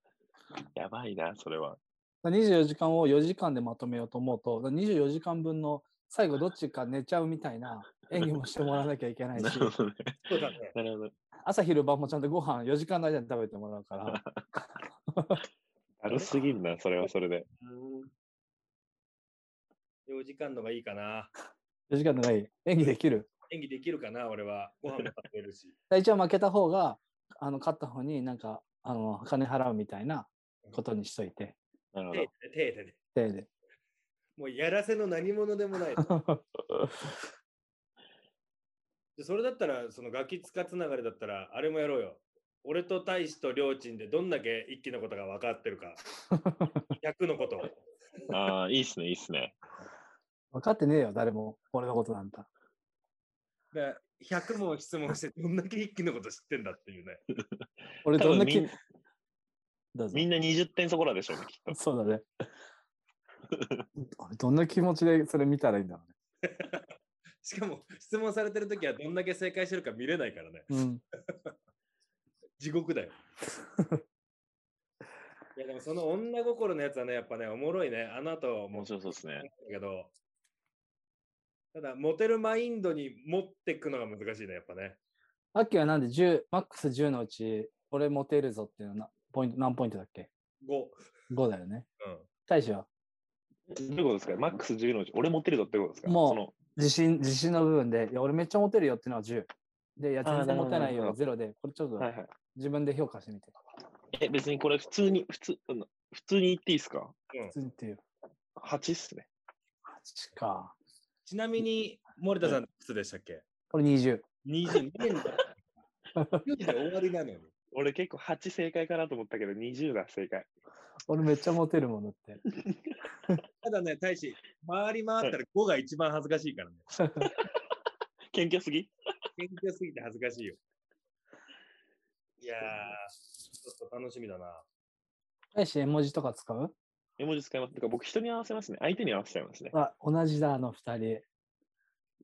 [SPEAKER 4] やばいな、それは。
[SPEAKER 3] 24時間を4時間でまとめようと思うと、24時間分の最後どっちか寝ちゃうみたいな演技もしてもらわなきゃいけない
[SPEAKER 4] な
[SPEAKER 3] し、
[SPEAKER 4] るほどね。
[SPEAKER 2] そうだね。
[SPEAKER 4] なるほど。
[SPEAKER 3] 朝昼晩もちゃんとご飯4時間の間に食べてもらう から、
[SPEAKER 4] だるすぎるな、それはそれで。
[SPEAKER 2] 4時間のがいいかな。
[SPEAKER 3] 4時間の間に演技できる。
[SPEAKER 2] 演技できるかな、俺は。ご飯も食べれるし。
[SPEAKER 3] で一応負けた方があの勝った方になんかあの金払うみたいなことにしといて
[SPEAKER 4] なるほ
[SPEAKER 2] 手で
[SPEAKER 4] ど。
[SPEAKER 2] ね手
[SPEAKER 3] 手
[SPEAKER 2] でね。
[SPEAKER 3] で
[SPEAKER 2] もうやらせの何者でもない。でそれだったら、そのガキ使つながりだったら、あれもやろうよ。俺と大使と両親でどんだけ一気のことが分かってるか。100のこと。
[SPEAKER 4] ああ、いいっすね、いいっすね。
[SPEAKER 3] 分かってねえよ誰も俺のことなんだ
[SPEAKER 2] で100も質問して、どんだけ一気のこと知ってんだっていうね。
[SPEAKER 3] 俺
[SPEAKER 4] 多
[SPEAKER 3] どん
[SPEAKER 4] 分
[SPEAKER 3] な
[SPEAKER 4] み
[SPEAKER 3] 気
[SPEAKER 4] ん
[SPEAKER 3] どうぞ
[SPEAKER 4] みんな20点そこらでしょうね、きっと。
[SPEAKER 3] そうだ ね俺どんな気持ちでそれ見たらいいんだろ
[SPEAKER 2] しかも、質問されてるときはどんだけ正解してるか見れないからね。
[SPEAKER 3] うね、うん、
[SPEAKER 2] 地獄 だよ。いや、でもその女心のやつはね、やっぱね、おもろいね。あの後、も
[SPEAKER 4] 面白そうですね。
[SPEAKER 2] だけど、ただ、モテるマインドに持っていくのが難しいね、やっぱね。
[SPEAKER 3] アッキーはなんで10マックス10のうち俺モテるぞっていうのはなポイント何ポイントだっけ
[SPEAKER 2] 5。
[SPEAKER 3] 5だよね
[SPEAKER 2] うん。
[SPEAKER 3] 大使は
[SPEAKER 4] どういうことですかマックス10のうち、俺持ってるぞってことですか
[SPEAKER 3] もう
[SPEAKER 4] その
[SPEAKER 3] 自信自信の部分でいや俺めっちゃモテるよっていうのは10でいや
[SPEAKER 4] あー
[SPEAKER 3] 全然モテない
[SPEAKER 4] なる
[SPEAKER 3] よ
[SPEAKER 4] ほ
[SPEAKER 3] ゼロでこれちょっと
[SPEAKER 4] はいはい。
[SPEAKER 3] 自分で評価してみて
[SPEAKER 4] え、別にこれ普通に、普通、あの普通に言っていいですか
[SPEAKER 3] 普通にっていう。
[SPEAKER 4] ?8 っすね。
[SPEAKER 3] 8か。
[SPEAKER 2] ちなみに、森田さん、いくつでしたっけ
[SPEAKER 3] これ20。
[SPEAKER 2] ?22 年 だ。10で終わりなのよ。
[SPEAKER 4] 俺結構8正解かなと思ったけど、20が正解。
[SPEAKER 3] 俺めっちゃモテるものって。
[SPEAKER 2] ただね、大使、回り回ったら5が一番恥ずかしいからね。
[SPEAKER 4] 謙虚すぎ
[SPEAKER 2] 謙虚すぎて恥ずかしいよ。いやー、ちょっと楽しみだな。
[SPEAKER 3] 大して絵文字とか使う
[SPEAKER 4] 絵文字使います。とか僕人に合わせますね。相手に合わせちゃいますね。
[SPEAKER 3] あ、同じだ、あの2人。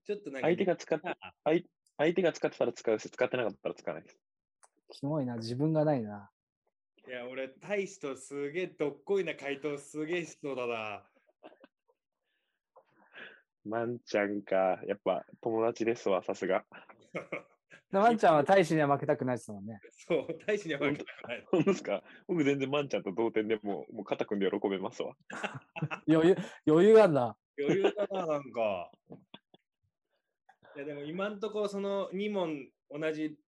[SPEAKER 2] ちょっとなんか、
[SPEAKER 4] 相手が使って、相相手が使ってたら使うし、使ってなかったら使わないです。
[SPEAKER 3] キモいな、自分がないな。
[SPEAKER 2] いや、俺、大使とすげえどっこいな回答すげえしそうだな。
[SPEAKER 4] まんちゃんか。やっぱ友達ですわ、さすが。
[SPEAKER 3] でワンちゃんは大使には負けたくないですも んね。
[SPEAKER 2] そう、大使には負けたくない。
[SPEAKER 4] ほんとですか僕全然まんちゃんと同点でもう、もう肩組んで喜べますわ。
[SPEAKER 3] 余裕、余裕あんな。
[SPEAKER 2] 余裕だな、なんか。いや、でも今んとこ、その2問同じ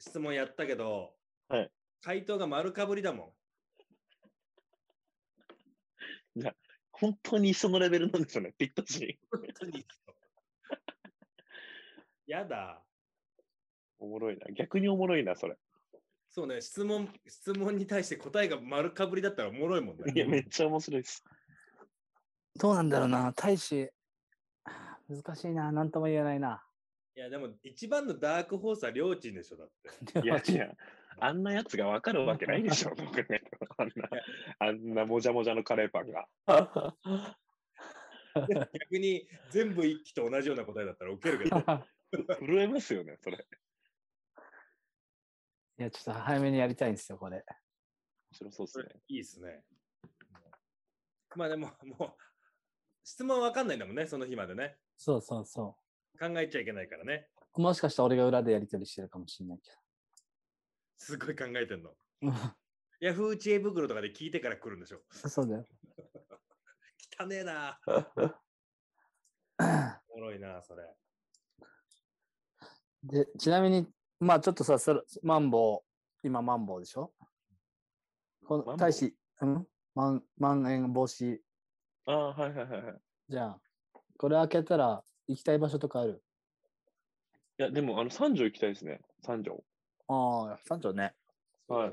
[SPEAKER 2] 質問やったけど、
[SPEAKER 4] はい
[SPEAKER 2] 回答が丸かぶりだもん。
[SPEAKER 4] 本当に一緒のレベルなんですよね。ぴったし。
[SPEAKER 2] 本当に。やだ。
[SPEAKER 4] おもろいな。逆におもろいな、それ。
[SPEAKER 2] そうね、質問、質問に対して答えが丸かぶりだったらおもろいもんね。
[SPEAKER 4] いや、めっちゃ面白いです。
[SPEAKER 3] どうなんだろうな、大使。あー難しいな、なんとも言えないな。。
[SPEAKER 2] いや、でも一番のダークホースは両親でしょ、だって。
[SPEAKER 4] いやいや、あんなやつがわかるわけないでしょ、僕ね。あんな、あんなもじゃもじゃのカレーパンが。
[SPEAKER 2] 逆に全部一気と同じような答えだったらウケるけど
[SPEAKER 4] 震えますよね、そ れ。
[SPEAKER 3] いや、ちょっと早めにやりたいんですよ、これ。
[SPEAKER 4] 白そうです
[SPEAKER 2] そ
[SPEAKER 4] ね
[SPEAKER 2] れ。いいですね。まあでも、もう、質問わかんないんだもんね、その日までね。
[SPEAKER 3] そうそうそ
[SPEAKER 2] 考えちゃいけないからね。
[SPEAKER 3] う。もしかしたら俺が裏でやり取りしてるかもしれないけ
[SPEAKER 2] すごい考えてんの。
[SPEAKER 3] ど。
[SPEAKER 2] ヤフー知恵袋とかで聞いてから来るんでしょ。
[SPEAKER 3] そうだよ。
[SPEAKER 2] 汚ねえな。おもろいな、それ。
[SPEAKER 3] で、ちなみに、まあちょっとさ、それマンボウ、今マンボウでしょこ
[SPEAKER 4] マンボ
[SPEAKER 3] の、
[SPEAKER 4] ウ
[SPEAKER 3] 大使、うんまん、まん延防止
[SPEAKER 4] ああ、はいはいはいはい。
[SPEAKER 3] じゃん。これ開けたら行きたい場所とかある
[SPEAKER 4] いや、でも、あの、三条行きたいですね。三条。
[SPEAKER 3] ああ、三条ね。
[SPEAKER 4] は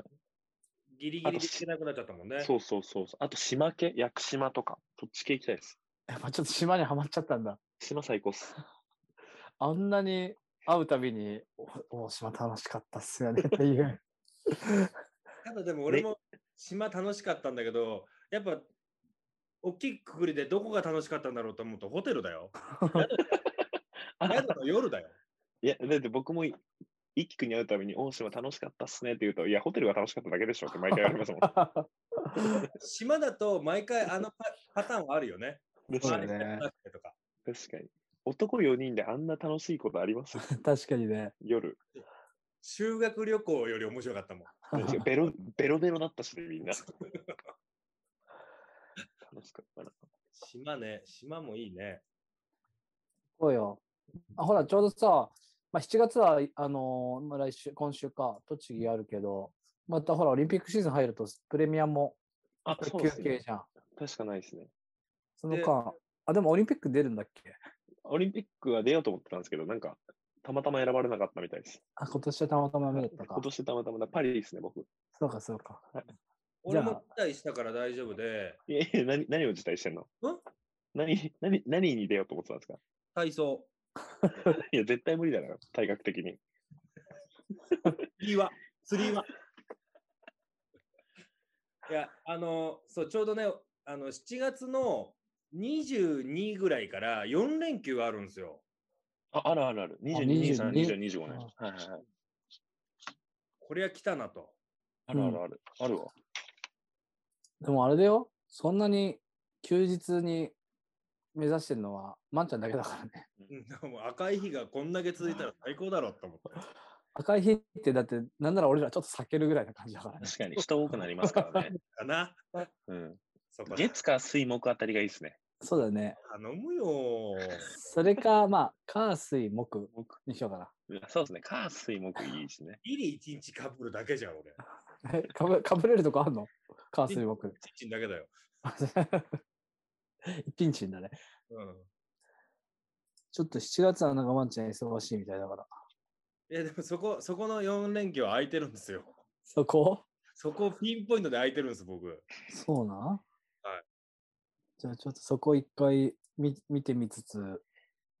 [SPEAKER 4] い。
[SPEAKER 2] ギリギリで聞けなくなっちゃったもんね。
[SPEAKER 4] そうそうそうそう。あと、島系、屋久島とか、そっち系行きたいです。
[SPEAKER 3] やっぱちょっと島にはまっちゃったんだ。
[SPEAKER 4] 島最高っす。
[SPEAKER 3] あんなに会うたびに、おお、島楽しかったっすよねっていう。
[SPEAKER 2] ただでも俺も島楽しかったんだけど、やっぱ、大きいくくりでどこが楽しかったんだろうと思うとホテルだよ。宿の夜だよ。
[SPEAKER 4] いや、だって僕もい、一輝くんに会うたびに、大島楽しかったっすねって言うと、いや、ホテルが楽しかっただけでしょって毎回言われます もん。
[SPEAKER 2] 島だと毎回あのパパターンはあるよね。
[SPEAKER 4] です
[SPEAKER 3] そ
[SPEAKER 4] よ
[SPEAKER 3] うだ
[SPEAKER 4] ね。
[SPEAKER 3] ね
[SPEAKER 2] だってとか
[SPEAKER 4] 確かに。男4人であんな楽しいことあり ます
[SPEAKER 3] 確かにね。
[SPEAKER 4] 夜。
[SPEAKER 2] 修学旅行より面白かったもん。
[SPEAKER 4] ベロ、ベロベロだったしね、みん な。楽しかったな。
[SPEAKER 2] 島ね、島もいいね。
[SPEAKER 3] そうよ。あほら、ちょうどさ、まあ、7月は、あのーまあ、来週、今週か、栃木あるけど、またほら、オリンピックシーズン入ると、プレミアも
[SPEAKER 4] あ、
[SPEAKER 3] 休
[SPEAKER 4] そうです
[SPEAKER 3] 憩
[SPEAKER 4] ね。
[SPEAKER 3] じゃん。
[SPEAKER 4] 確かないですね。
[SPEAKER 3] その
[SPEAKER 2] で
[SPEAKER 3] 間、あ、でもオリンピック出るんだっけ
[SPEAKER 4] オリンピックは出ようと思ってたんですけど、なんか、たまたま選ばれなかったみたいです。
[SPEAKER 3] あ、今年はたまたま雨だったか
[SPEAKER 4] 今。年たまたまだ、パリですね、僕。
[SPEAKER 3] そうか、そうか。じ
[SPEAKER 2] 俺
[SPEAKER 3] ゃあ
[SPEAKER 2] も期待したから大丈夫で、
[SPEAKER 4] いやいや、何、何を辞退してんの
[SPEAKER 2] ん
[SPEAKER 4] 何、何、何に出ようと思ってたんですか
[SPEAKER 2] 体操、
[SPEAKER 4] いや、絶対無理だな、体格的に。
[SPEAKER 2] 釣りは、釣りは。 いや、あの、そう、ちょうどね、あの、7月の22ぐらいから4連休あるんですよ。
[SPEAKER 4] あ、あるあるある。22、23、24、25ね。はいはいはい。
[SPEAKER 2] これは来たなと。
[SPEAKER 4] あるあるある。あるわ。
[SPEAKER 3] でもあれだよ、そんなに休日に目指してるのは、まんちゃんだけだからね。
[SPEAKER 2] うんもう赤い日がこんだけ続いたら最高だろうと思って。
[SPEAKER 3] 赤い日って、だって、なんなら俺らちょっと避けるぐらいな感じだからね。
[SPEAKER 4] 確かに、人多くなります からね。
[SPEAKER 2] かな。
[SPEAKER 4] うん。
[SPEAKER 2] そこで
[SPEAKER 4] 月か水木あたりがいいですね。
[SPEAKER 3] そうだね。
[SPEAKER 2] 頼むよ。
[SPEAKER 3] それか、 まあ、火、水、木にしようか
[SPEAKER 4] そうですね。か、水木いいですね。
[SPEAKER 2] ギリ1日かぶるだけじゃん、俺。
[SPEAKER 3] な。えかぶかぶれるとこあんの火、水、木。
[SPEAKER 2] 1日だけだよ。
[SPEAKER 3] 一ピンチんだね。
[SPEAKER 2] うん。
[SPEAKER 3] ちょっと7月はなんかまんちゃん忙しいみたいだから。
[SPEAKER 2] いや、でもそこ、そこの4連休は空いてるんですよ。
[SPEAKER 3] そこ
[SPEAKER 2] そこピンポイントで空いてるんです、僕。。
[SPEAKER 3] そうなんはいじゃあちょっとそこ一回見見てみつつ、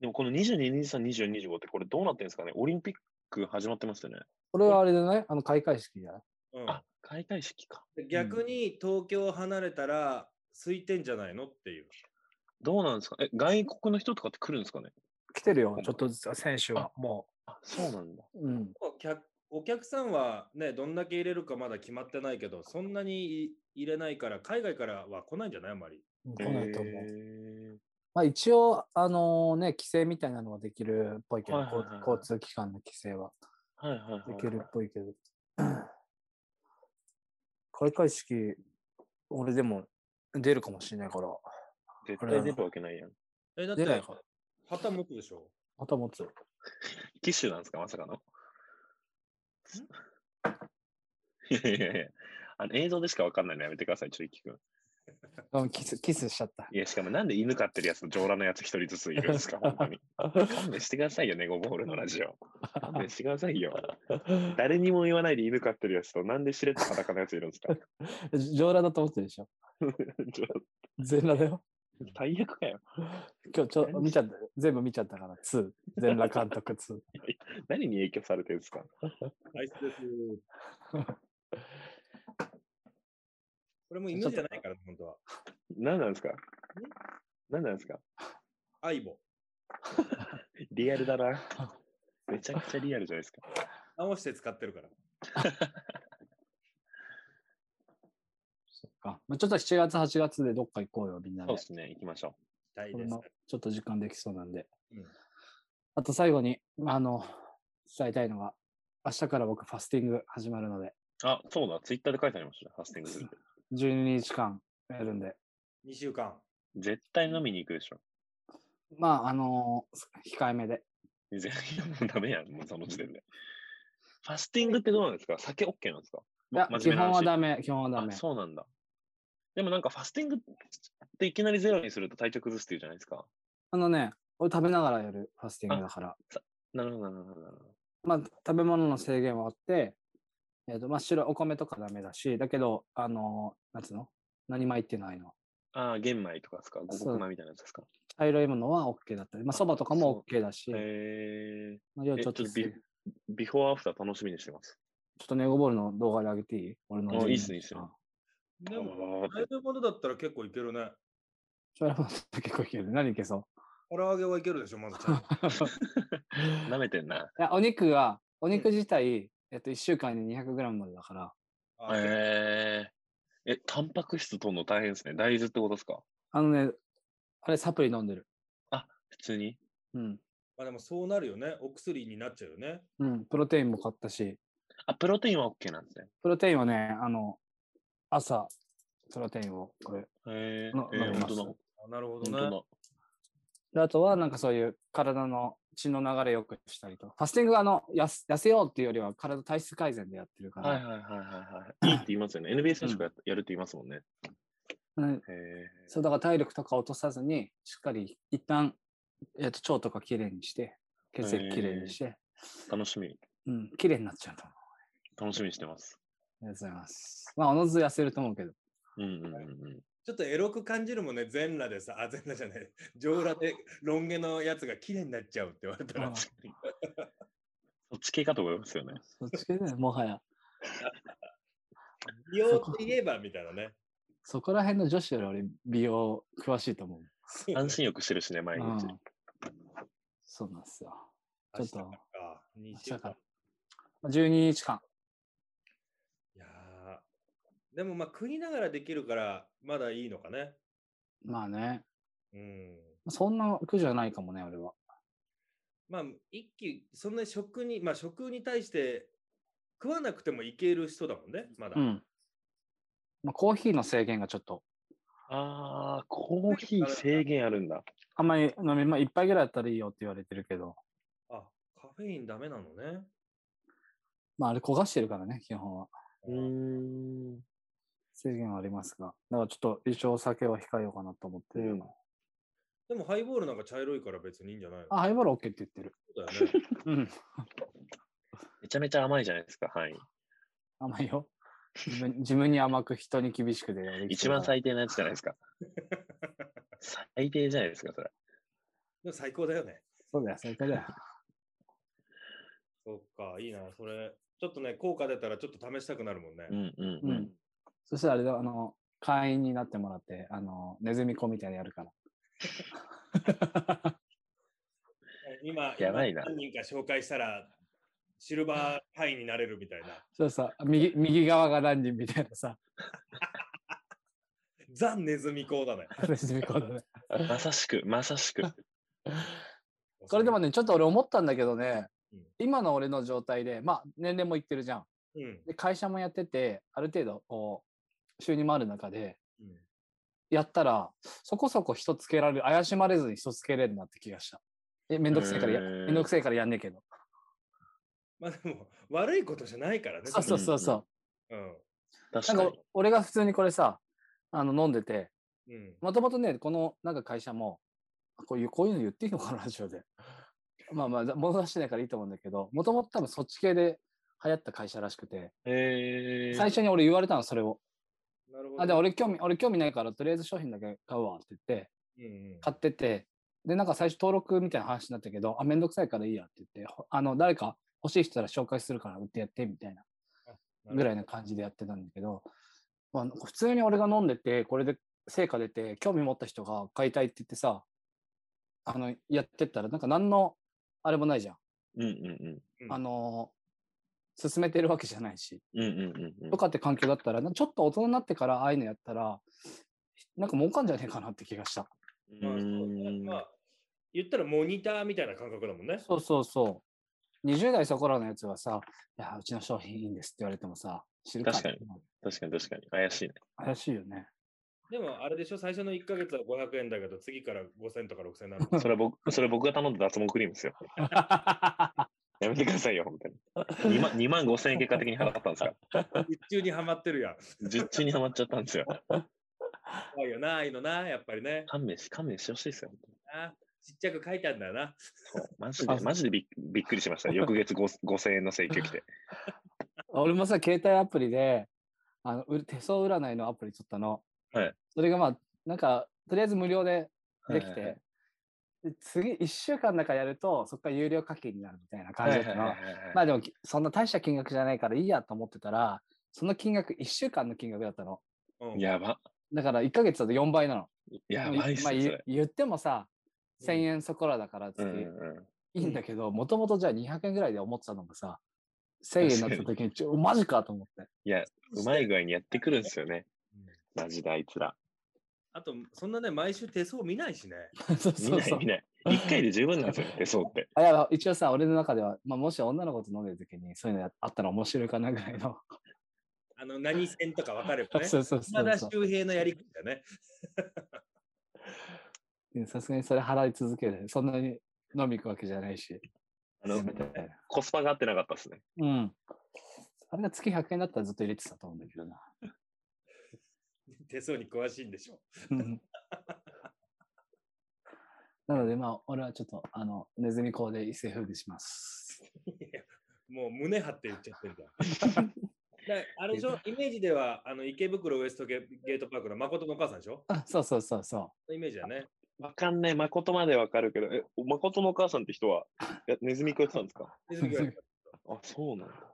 [SPEAKER 4] でもこの22、23、24、25ってこれどうなってんですかねオリンピック始まってますよね。
[SPEAKER 3] これはあれじゃないあの開会式じゃない
[SPEAKER 2] うん、
[SPEAKER 4] あ、開会式か。
[SPEAKER 2] で逆に東京を離れたら空いてんじゃないのっていう。
[SPEAKER 4] どうなんですかえ、外国の人とかって来るんですかね
[SPEAKER 3] 来てるよ、ちょっとずつ選手は。も
[SPEAKER 4] あ、そうなんだ。
[SPEAKER 3] う。うん。
[SPEAKER 2] お客お客さんはね、どんだけ入れるかまだ決まってないけど、そんなにい入れないから、海外からは来ないんじゃないあんまり。
[SPEAKER 3] 来ないと思う。
[SPEAKER 4] へ
[SPEAKER 3] まあ一応、あのね、規制みたいなのはできるっぽいけど、
[SPEAKER 4] はいはいはいはい
[SPEAKER 3] 交交通機関の規制は
[SPEAKER 4] ーはいはいはい
[SPEAKER 3] で
[SPEAKER 4] はい。
[SPEAKER 3] きるっぽいけど。 開会式、俺でも出るかもしれないから。
[SPEAKER 4] 絶対出るわけないやん。
[SPEAKER 2] え、だっ
[SPEAKER 3] 出ない
[SPEAKER 2] て
[SPEAKER 3] から。
[SPEAKER 2] 旗持つでしょ
[SPEAKER 3] また持つ。
[SPEAKER 4] 機種なんですかまさかの。 いやいやいや。あの映像でしかわかんないのやめてください、ちょいきくん。
[SPEAKER 3] うんキス、キスしちゃ った。
[SPEAKER 4] いや、しかもなんで犬飼ってるやつと上裸のやつ一人ずついるんですか、本当 に。勘弁してくださいよ、ネゴボールのラジオ。勘弁してください よ。誰にも言わないで犬飼ってるやつと、なんでしれっと裸のやついるんですか
[SPEAKER 3] 上裸だと思ってるでしょ。
[SPEAKER 4] ちょ
[SPEAKER 3] 全裸だよ。
[SPEAKER 4] 最悪かよ。
[SPEAKER 3] 今日ちょ、見ちゃった。全部見ちゃったから、2。全裸監督2。
[SPEAKER 4] 何に影響されてるんですか
[SPEAKER 2] ナイス です。これもう犬じゃないから、本当は。
[SPEAKER 4] 何なんですか何なんですか
[SPEAKER 2] 相棒。
[SPEAKER 4] リアルだな。めちゃくちゃリアルじゃないですか。
[SPEAKER 2] 直して使ってるから。
[SPEAKER 3] そっか。まあ、ちょっと7月、8月でどっか行こうよ、みんな
[SPEAKER 4] そ
[SPEAKER 3] で。
[SPEAKER 4] うですね、行きましょ
[SPEAKER 2] たい
[SPEAKER 3] こ
[SPEAKER 2] で
[SPEAKER 3] れ
[SPEAKER 2] す
[SPEAKER 3] も。ちょっと時間できそうなんで。
[SPEAKER 2] うん
[SPEAKER 3] あと最後に、あの、伝えたいのが、明日から僕、ファスティング始まるので、
[SPEAKER 4] う。あ、そうだ、ツイッターで書いてありました、ファスティングするって。
[SPEAKER 3] 12日間やるんで、
[SPEAKER 2] 2週間。
[SPEAKER 4] 絶対飲みに行くでしょ。
[SPEAKER 3] まあ、あの控えめで。
[SPEAKER 4] 全然もうダメやん、もうその時点で。ファスティングってどうなんですか酒 OK なんですか
[SPEAKER 3] いや、
[SPEAKER 4] 真
[SPEAKER 3] 基
[SPEAKER 4] 面目な
[SPEAKER 3] 本
[SPEAKER 4] 話
[SPEAKER 3] はダメ、基本はダメ
[SPEAKER 4] あ。そうなんだ。でもなんかファスティングっていきなりゼロにすると体調崩すっていうじゃないですか。
[SPEAKER 3] あのね、俺食べながらやるファスティングだから。
[SPEAKER 4] なるほど、なるほど、なるほど。
[SPEAKER 3] まあ、食べ物の制限はあって、えっ、と、まあ、白いお米とかダメだし、だけど、あのなんつうの何米ってないの。
[SPEAKER 4] ああ、玄米とかですか五
[SPEAKER 3] そう
[SPEAKER 4] 穀米みたいなやつですか
[SPEAKER 3] 茶色いものは OK だったり、まあ、そばとかも OK だし、
[SPEAKER 4] へえ
[SPEAKER 3] まあ、量
[SPEAKER 4] え
[SPEAKER 3] ちょっと
[SPEAKER 4] ちょっと
[SPEAKER 3] す
[SPEAKER 4] ビ
[SPEAKER 3] る
[SPEAKER 4] ービフォーアフター楽しみにしてます。
[SPEAKER 3] ちょっとネゴボールの動画で上げていい俺の
[SPEAKER 4] あ
[SPEAKER 3] 12
[SPEAKER 4] いいっすねいいっすね
[SPEAKER 3] 日間
[SPEAKER 2] で
[SPEAKER 4] あ
[SPEAKER 2] も、
[SPEAKER 4] ー
[SPEAKER 2] ライブものだったら結構いけるね。
[SPEAKER 3] それはまた結構いける。何いけそう
[SPEAKER 2] 唐揚げはいけるでしょ、まずちゃんと。
[SPEAKER 4] 舐めてんな。
[SPEAKER 3] いやお肉が、お肉自体、えっと、1週間に 200g までだから、
[SPEAKER 2] あ
[SPEAKER 4] へええ、タンパク質取るの大変ですね。大豆ってことですか
[SPEAKER 3] あのね、あれサプリ飲んでる。
[SPEAKER 4] 普通に
[SPEAKER 3] うん。
[SPEAKER 2] まあでもそうなるよね。お薬になっちゃうよね。
[SPEAKER 3] うん。プロテインも買ったし、
[SPEAKER 4] あ、プロテインは OK なんですね。
[SPEAKER 3] プロテインはね、あの、朝、プロテインを、これ。
[SPEAKER 4] へえ
[SPEAKER 3] な
[SPEAKER 4] え
[SPEAKER 3] な
[SPEAKER 4] ー、
[SPEAKER 3] り
[SPEAKER 4] 本
[SPEAKER 3] ます
[SPEAKER 4] 当だ。
[SPEAKER 2] あなるほど
[SPEAKER 4] 本
[SPEAKER 2] ね。
[SPEAKER 4] 当
[SPEAKER 3] であとは、なんかそういう体の血の流れ良くしたりとか。ファスティングは、あの、やす痩せようっていうよりは、体体質改善でやってるか
[SPEAKER 4] だ。はい
[SPEAKER 3] ら、
[SPEAKER 4] はいはいはいはい。いいって言いますよね。NBA 選手がややるって言いますもんね。
[SPEAKER 3] うん
[SPEAKER 4] へえ
[SPEAKER 3] そうだから体力とか落とさずに、しっかり一旦、えっと腸とかきれいにして、血
[SPEAKER 4] へ
[SPEAKER 3] 液
[SPEAKER 4] ー
[SPEAKER 3] きれいにして、
[SPEAKER 4] 楽しみ。
[SPEAKER 3] うん、きれいになっちゃうと思う。
[SPEAKER 4] 楽しみにしてます。
[SPEAKER 3] ありがとうございます。まあ、おのずと痩せると思う けど。
[SPEAKER 4] うんうんうんうん。
[SPEAKER 2] ちょっとエロく感じるもんね。全裸でさ、あ、全裸じゃない。上裸でロン毛のやつが綺麗になっちゃうって言われたら
[SPEAKER 3] あ、
[SPEAKER 4] そっち系かと思いますよね。
[SPEAKER 3] そっち系だよ、もはや。
[SPEAKER 2] 美容って言えばみたいなね。
[SPEAKER 3] そこら辺の女子より俺、美容詳しいと思う。
[SPEAKER 2] そう
[SPEAKER 4] 安心よくしてるしね、毎
[SPEAKER 3] うん
[SPEAKER 4] 日。、
[SPEAKER 3] そうなんですよ。ちょ
[SPEAKER 2] 明
[SPEAKER 3] っ
[SPEAKER 2] 日か
[SPEAKER 3] と、明日
[SPEAKER 2] らか。2週間
[SPEAKER 3] から12日間。
[SPEAKER 2] いやーでもまあ食いながらできるから、まだいいのかね。
[SPEAKER 3] まあね、
[SPEAKER 2] うん。
[SPEAKER 3] そんな苦じゃないかもね、俺は。
[SPEAKER 2] まあ、一気、そんな食に、まあ食に対して食わなくてもいける人だもんね、まだ。
[SPEAKER 3] うん。まあ、コーヒーの制限がちょっと、
[SPEAKER 4] ああ、コーヒー制限あるんだ。
[SPEAKER 3] あんまり飲み、まあ、一杯ぐらいだったらいいよって言われてるけど、
[SPEAKER 2] あ、カフェインダメなのね。
[SPEAKER 3] まあ、あれ焦がしてるからね、基本は。
[SPEAKER 4] うーん。
[SPEAKER 3] 制限はありますが、だからちょっと一応お酒は控えようかなと思ってるような。
[SPEAKER 2] でもハイボールなんか茶色いから別にいいんじゃないの
[SPEAKER 3] あ、ハイボール OK って言ってる。
[SPEAKER 2] そうだよね。
[SPEAKER 3] うん。
[SPEAKER 4] めちゃめちゃ甘いじゃないですか、はい。
[SPEAKER 3] 甘いよ。自分自分に甘く人に厳しくでやる。
[SPEAKER 4] 一番最低なやつじゃないですか。最低じゃないですか、それ。
[SPEAKER 2] でも最高だよね。
[SPEAKER 3] そうだよ、最高だよ。
[SPEAKER 2] そっか、いいな、それ。ちょっとね、効果出たらちょっと試したくなるもんね。
[SPEAKER 4] うんうん
[SPEAKER 3] う
[SPEAKER 4] うんん。。
[SPEAKER 3] そしたらあれだ、あの、会員になってもらって、あの、ネズミ子みたいなのやるから。
[SPEAKER 2] 今、
[SPEAKER 4] やばいな
[SPEAKER 2] 今何人か紹介したら、シルバーパイになれるみ たいな。
[SPEAKER 3] そうさ、右右側が何人みたいなさ、
[SPEAKER 2] ザ・ネズミ講だね。
[SPEAKER 3] ネズミ子だね。
[SPEAKER 4] まさしく、まさしく。
[SPEAKER 3] それでもね、ちょっと俺思ったんだけどね
[SPEAKER 2] うん、
[SPEAKER 3] 今の俺の状態で、まあ、年齢もいってるじゃん。
[SPEAKER 2] うん。
[SPEAKER 3] で会社もやってて、ある程度、こう、収入もある中で、
[SPEAKER 2] うん
[SPEAKER 3] やったら、そこそこ人つけられる、怪しまれずに人つけれるなって気がした。え、めんどくせえからや、
[SPEAKER 4] へー
[SPEAKER 3] めんどくせえからやんねえけど。
[SPEAKER 2] まあでも、悪いことじゃないからね。
[SPEAKER 3] そうそうそうそう。
[SPEAKER 2] う。うん。
[SPEAKER 4] 確
[SPEAKER 3] な
[SPEAKER 4] か
[SPEAKER 3] んか
[SPEAKER 4] に。、
[SPEAKER 3] 俺が普通にこれさ、あの、飲んでて、
[SPEAKER 2] うん、
[SPEAKER 3] もともとね、この、なんか会社も、こういう、こういうの言っていいのかな、ラジオ で。まあまあ、物出してないからいいと思うんだけど、もともと多分そっち系で流行った会社らしくて、
[SPEAKER 4] えー、
[SPEAKER 3] 最初に俺言われたの、それを。
[SPEAKER 2] なるほど。
[SPEAKER 3] あ、で、俺興味、俺興味ないから、とりあえず商品だけ買うわって言って、
[SPEAKER 2] うんうん、
[SPEAKER 3] 買ってて、で、なんか最初登録みたいな話になったけど、あ、めんどくさいからいいやって言って、ほあの、誰か欲しい人いたら紹介するから売ってやってみたいなぐらい
[SPEAKER 2] なる
[SPEAKER 3] な感じでやってたんだけど、まあ、普通に俺が飲んでて、これで成果出て、興味持った人が買いたいって言ってさ、あの、やってったら、なんか何の、あれもないじゃん。
[SPEAKER 4] うんうんうん。
[SPEAKER 2] うん
[SPEAKER 3] あの、進めてるわけじゃないし、
[SPEAKER 4] うんうんうんうん
[SPEAKER 3] と。かって環境だったら、なちょっと大人になってからああいうのやったら、なんか儲かんじゃねえかなって気がした。
[SPEAKER 4] う
[SPEAKER 2] まあそう
[SPEAKER 4] ーん
[SPEAKER 2] まあ、言ったらモニターみたいな感覚だもんね。
[SPEAKER 3] そうそうそう。20代そこらのやつはさ、いや、うちの商品いいんですって言われてもさ、知るか
[SPEAKER 4] 確かに確かに確かに。怪しいね。
[SPEAKER 3] 怪しいよ ね。
[SPEAKER 2] でもあれでしょ、最初の1ヶ月は500円だけど、次から5000とか6000になるの。
[SPEAKER 4] それは僕、それ僕が頼んだ脱毛クリームです よ。やめてくださいよ、本当に。2万 ,2 万5千円結果的に払ったんですから。
[SPEAKER 2] 一中にはまってるやん。
[SPEAKER 4] 十中にはまっちゃったんですよ。
[SPEAKER 2] 怖いよな、ああいうのな、やっぱりね。
[SPEAKER 4] 勘弁し、勘弁してほしいですよ。本当に
[SPEAKER 2] なちっちゃく書いてあるんだよな。
[SPEAKER 4] そうマジ
[SPEAKER 3] あ
[SPEAKER 4] で、マジでびっびっくりしました。翌月5 5000円の請求来て。
[SPEAKER 3] 俺もさ、携帯アプリで、あのう手相占いのアプリ取ったの。
[SPEAKER 4] はい
[SPEAKER 3] それがまあ、なんか、とりあえず無料でできて、
[SPEAKER 4] はい
[SPEAKER 3] で次1週間だからやると、そこから有料課金になるみたいな感
[SPEAKER 4] は
[SPEAKER 3] じ
[SPEAKER 4] い
[SPEAKER 3] だ
[SPEAKER 4] は
[SPEAKER 3] っ
[SPEAKER 4] い
[SPEAKER 3] た
[SPEAKER 4] は
[SPEAKER 3] の。
[SPEAKER 4] いはい
[SPEAKER 3] ま
[SPEAKER 4] は
[SPEAKER 3] あ
[SPEAKER 4] い
[SPEAKER 3] でもき、そんな大した金額じゃないからいいやと思ってたら、その金額1週間の金額だったの。
[SPEAKER 2] うん、
[SPEAKER 4] やば。
[SPEAKER 3] だから1ヶ月だと4倍なの。
[SPEAKER 4] や
[SPEAKER 3] まあ
[SPEAKER 4] ばいっす
[SPEAKER 3] まあ
[SPEAKER 4] ね。そ
[SPEAKER 3] 言
[SPEAKER 4] れ
[SPEAKER 3] 言ってもさ、
[SPEAKER 2] うん
[SPEAKER 3] 1000円そこらだから
[SPEAKER 4] う
[SPEAKER 3] 月、
[SPEAKER 4] んうんうん
[SPEAKER 3] いいんだけど、もともとじゃあ200円ぐらいで思ってたのがさ、1000円になった時に、ちょマジかと思って。
[SPEAKER 4] いや、うまい具合にやってくるんですよね
[SPEAKER 2] うん。
[SPEAKER 4] マジであいつら。
[SPEAKER 2] あと、そんなね、毎週手相見ないしね。
[SPEAKER 3] そう
[SPEAKER 4] 見
[SPEAKER 3] そう
[SPEAKER 4] な
[SPEAKER 3] そ
[SPEAKER 4] いう見。ない。1回で十分なんですよ ね、手相って。
[SPEAKER 3] あいや一応さ、俺の中では、まあ、もし女の子と飲んでる時にそういうのやあったら面白いかなぐらい の。
[SPEAKER 2] あの、何線とか分かればね。
[SPEAKER 3] そうそうそ
[SPEAKER 2] 島田
[SPEAKER 3] うそ
[SPEAKER 2] 周平のやり口だね。
[SPEAKER 3] う。さすがにそれ払い続ける。そんなに飲み行くわけじゃないし。
[SPEAKER 4] あの
[SPEAKER 3] やめ、たいな
[SPEAKER 4] コスパが合ってなかったですね。
[SPEAKER 3] うん。あれが月100円だったらずっと入れてたと思うんだけどな。
[SPEAKER 2] 手相に詳しいんでしょ。
[SPEAKER 3] うんなので、まあ、俺はちょっと、あの、ネズミ講で一世風靡します。
[SPEAKER 2] いやもう胸張って言っちゃってるじゃん。 だからあれでしょイメージではあの池袋ウエストゲゲートパークの誠のお母さんでしょ
[SPEAKER 3] あ、そうそうそうそ
[SPEAKER 2] イメージだね。
[SPEAKER 4] わかんない。誠までわかるけど、え、誠のお母さんって人は、えネズミ食ってたんですか
[SPEAKER 2] で次は
[SPEAKER 4] あ、そうなんだ。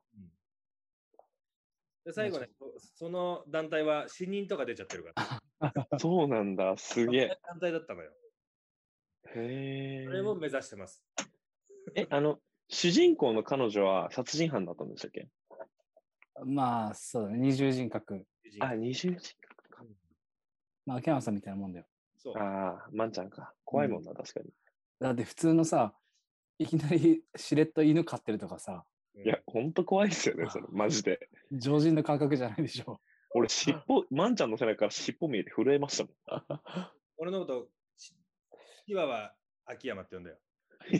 [SPEAKER 2] で最後ね、そその団体は死人とか出ちゃってるから。
[SPEAKER 4] そうなんだ。すげえ。
[SPEAKER 2] 団体だったのよ。
[SPEAKER 4] へ
[SPEAKER 2] それを目指してます。
[SPEAKER 4] え。え、あの、主人公の彼女は殺人犯だったんでしたっけ
[SPEAKER 3] う。まあ、そうだね。二重人格。
[SPEAKER 4] あ、二重人格
[SPEAKER 3] まあ、秋山さんみたいなもんだよ。
[SPEAKER 2] そう
[SPEAKER 4] か。ああ、まんちゃんか。怖いもんな、確かに。
[SPEAKER 3] だって普通のさ、いきなりしれっと犬飼ってるとかさ、
[SPEAKER 2] うん
[SPEAKER 4] いや、ほんと怖いですよね、それ。マジで。
[SPEAKER 3] 常人の感覚じゃないでしょ。
[SPEAKER 4] 俺、尻尾、まんちゃんの背中から尻尾見えて震えましたもん。
[SPEAKER 2] 俺のこと、しチワワ秋山って呼 んだよ。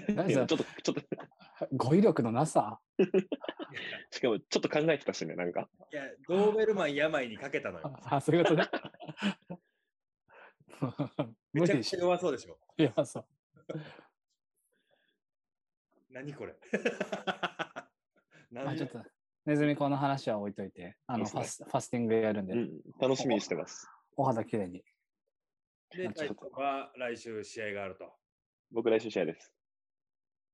[SPEAKER 3] 何
[SPEAKER 4] い
[SPEAKER 3] それ
[SPEAKER 4] やちょっと、ちょっと、
[SPEAKER 3] 語彙力のなさ。
[SPEAKER 4] しかも、ちょっと考えてたしね、なんか。
[SPEAKER 2] いや、ドーベルマン病にかけたのよ。
[SPEAKER 3] あ、そういうことね。 無
[SPEAKER 2] め
[SPEAKER 3] 理
[SPEAKER 2] ちゃ
[SPEAKER 3] で
[SPEAKER 2] く
[SPEAKER 3] し
[SPEAKER 2] ちゃ
[SPEAKER 3] ょ。
[SPEAKER 2] 弱そうでしょ。
[SPEAKER 3] いや、そう。
[SPEAKER 2] 何これ
[SPEAKER 3] まあ、
[SPEAKER 2] 何
[SPEAKER 3] ちょっと、ネズミ講の話は置いといて、あ
[SPEAKER 4] いい
[SPEAKER 3] の、
[SPEAKER 4] っす
[SPEAKER 3] フ
[SPEAKER 4] ね
[SPEAKER 3] ァスファスティングやるんで、
[SPEAKER 4] うん、楽しみにしてます。
[SPEAKER 3] お肌きれいに。
[SPEAKER 2] で、タイトは来週試合があると。
[SPEAKER 4] 僕、来週試合です。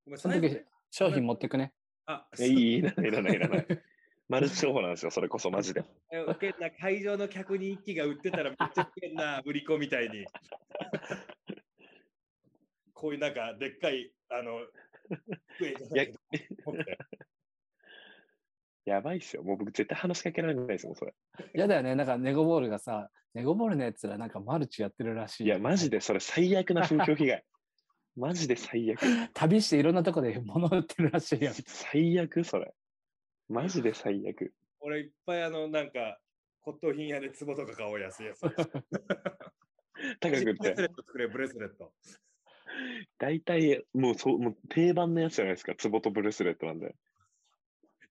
[SPEAKER 2] お前
[SPEAKER 3] その時、商品持ってくね。
[SPEAKER 2] あ、
[SPEAKER 4] いや、いい、いらない、いらない、いら ない。マルチ商法なんですよ、それこそ、マジで。
[SPEAKER 2] え受けんな会場の客に一気が売ってたらめっちゃウケんな売り子みたい に。こういうなんかでっかい あの机じゃないけど持って
[SPEAKER 4] やばいっすよ。もう僕、絶対話しかけられないですもん、それ。
[SPEAKER 3] 嫌だよね。なんかネゴボールがさ、ネゴボールのやつらなんかマルチやってるらしい。
[SPEAKER 4] いや、マジ。で、それ、最悪な風評被害。 マジで最悪。
[SPEAKER 3] 旅していろんなとこで 物売ってるらしいよ。
[SPEAKER 4] 最悪、それ。マジで最悪。
[SPEAKER 2] 俺いっぱいあのなんか骨董品屋で壺とか買おう安いやつ。
[SPEAKER 4] 高くっ
[SPEAKER 2] ブレスレ
[SPEAKER 4] て。
[SPEAKER 2] ット作れブレスレット。
[SPEAKER 4] 大体、もう、そう、もう定番のやつじゃないですか。ツボとブレスレットなんで。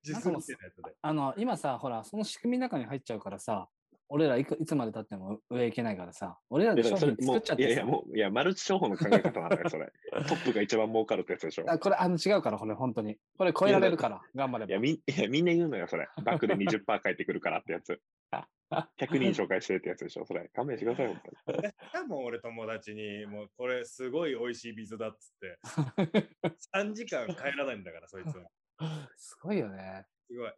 [SPEAKER 2] 実物みたいなやつで。
[SPEAKER 3] あの、今さ、ほら、その仕組みの中に入っちゃうからさ、俺らいくいつまで経っても上行けないからさ、俺ら
[SPEAKER 4] いや
[SPEAKER 3] で
[SPEAKER 4] だか
[SPEAKER 3] 商
[SPEAKER 4] らそれ
[SPEAKER 3] 品
[SPEAKER 4] も
[SPEAKER 3] 作っちゃっ
[SPEAKER 4] う、いや
[SPEAKER 3] て
[SPEAKER 4] い
[SPEAKER 3] さ
[SPEAKER 4] や、、もう、いや、マルチ商法の考え方なんだ よ、それ。トップが一番儲かるってやつでしょ。
[SPEAKER 3] あこれ、あの、違うから、これ、本当に。これ、超えられるから、頑張れ
[SPEAKER 4] い
[SPEAKER 3] ば
[SPEAKER 4] や、。みん、いや、みんな言うのよ、それ。バックで20%返ってくるからってや つ。100人紹介してってやつでしょ、それ。勘弁してください、本当に。
[SPEAKER 2] あもう俺友達に、もうこれすごい美味しいビズだっつって、3時間帰らないんだから、そいつは。
[SPEAKER 3] すごいよね。
[SPEAKER 2] すごい。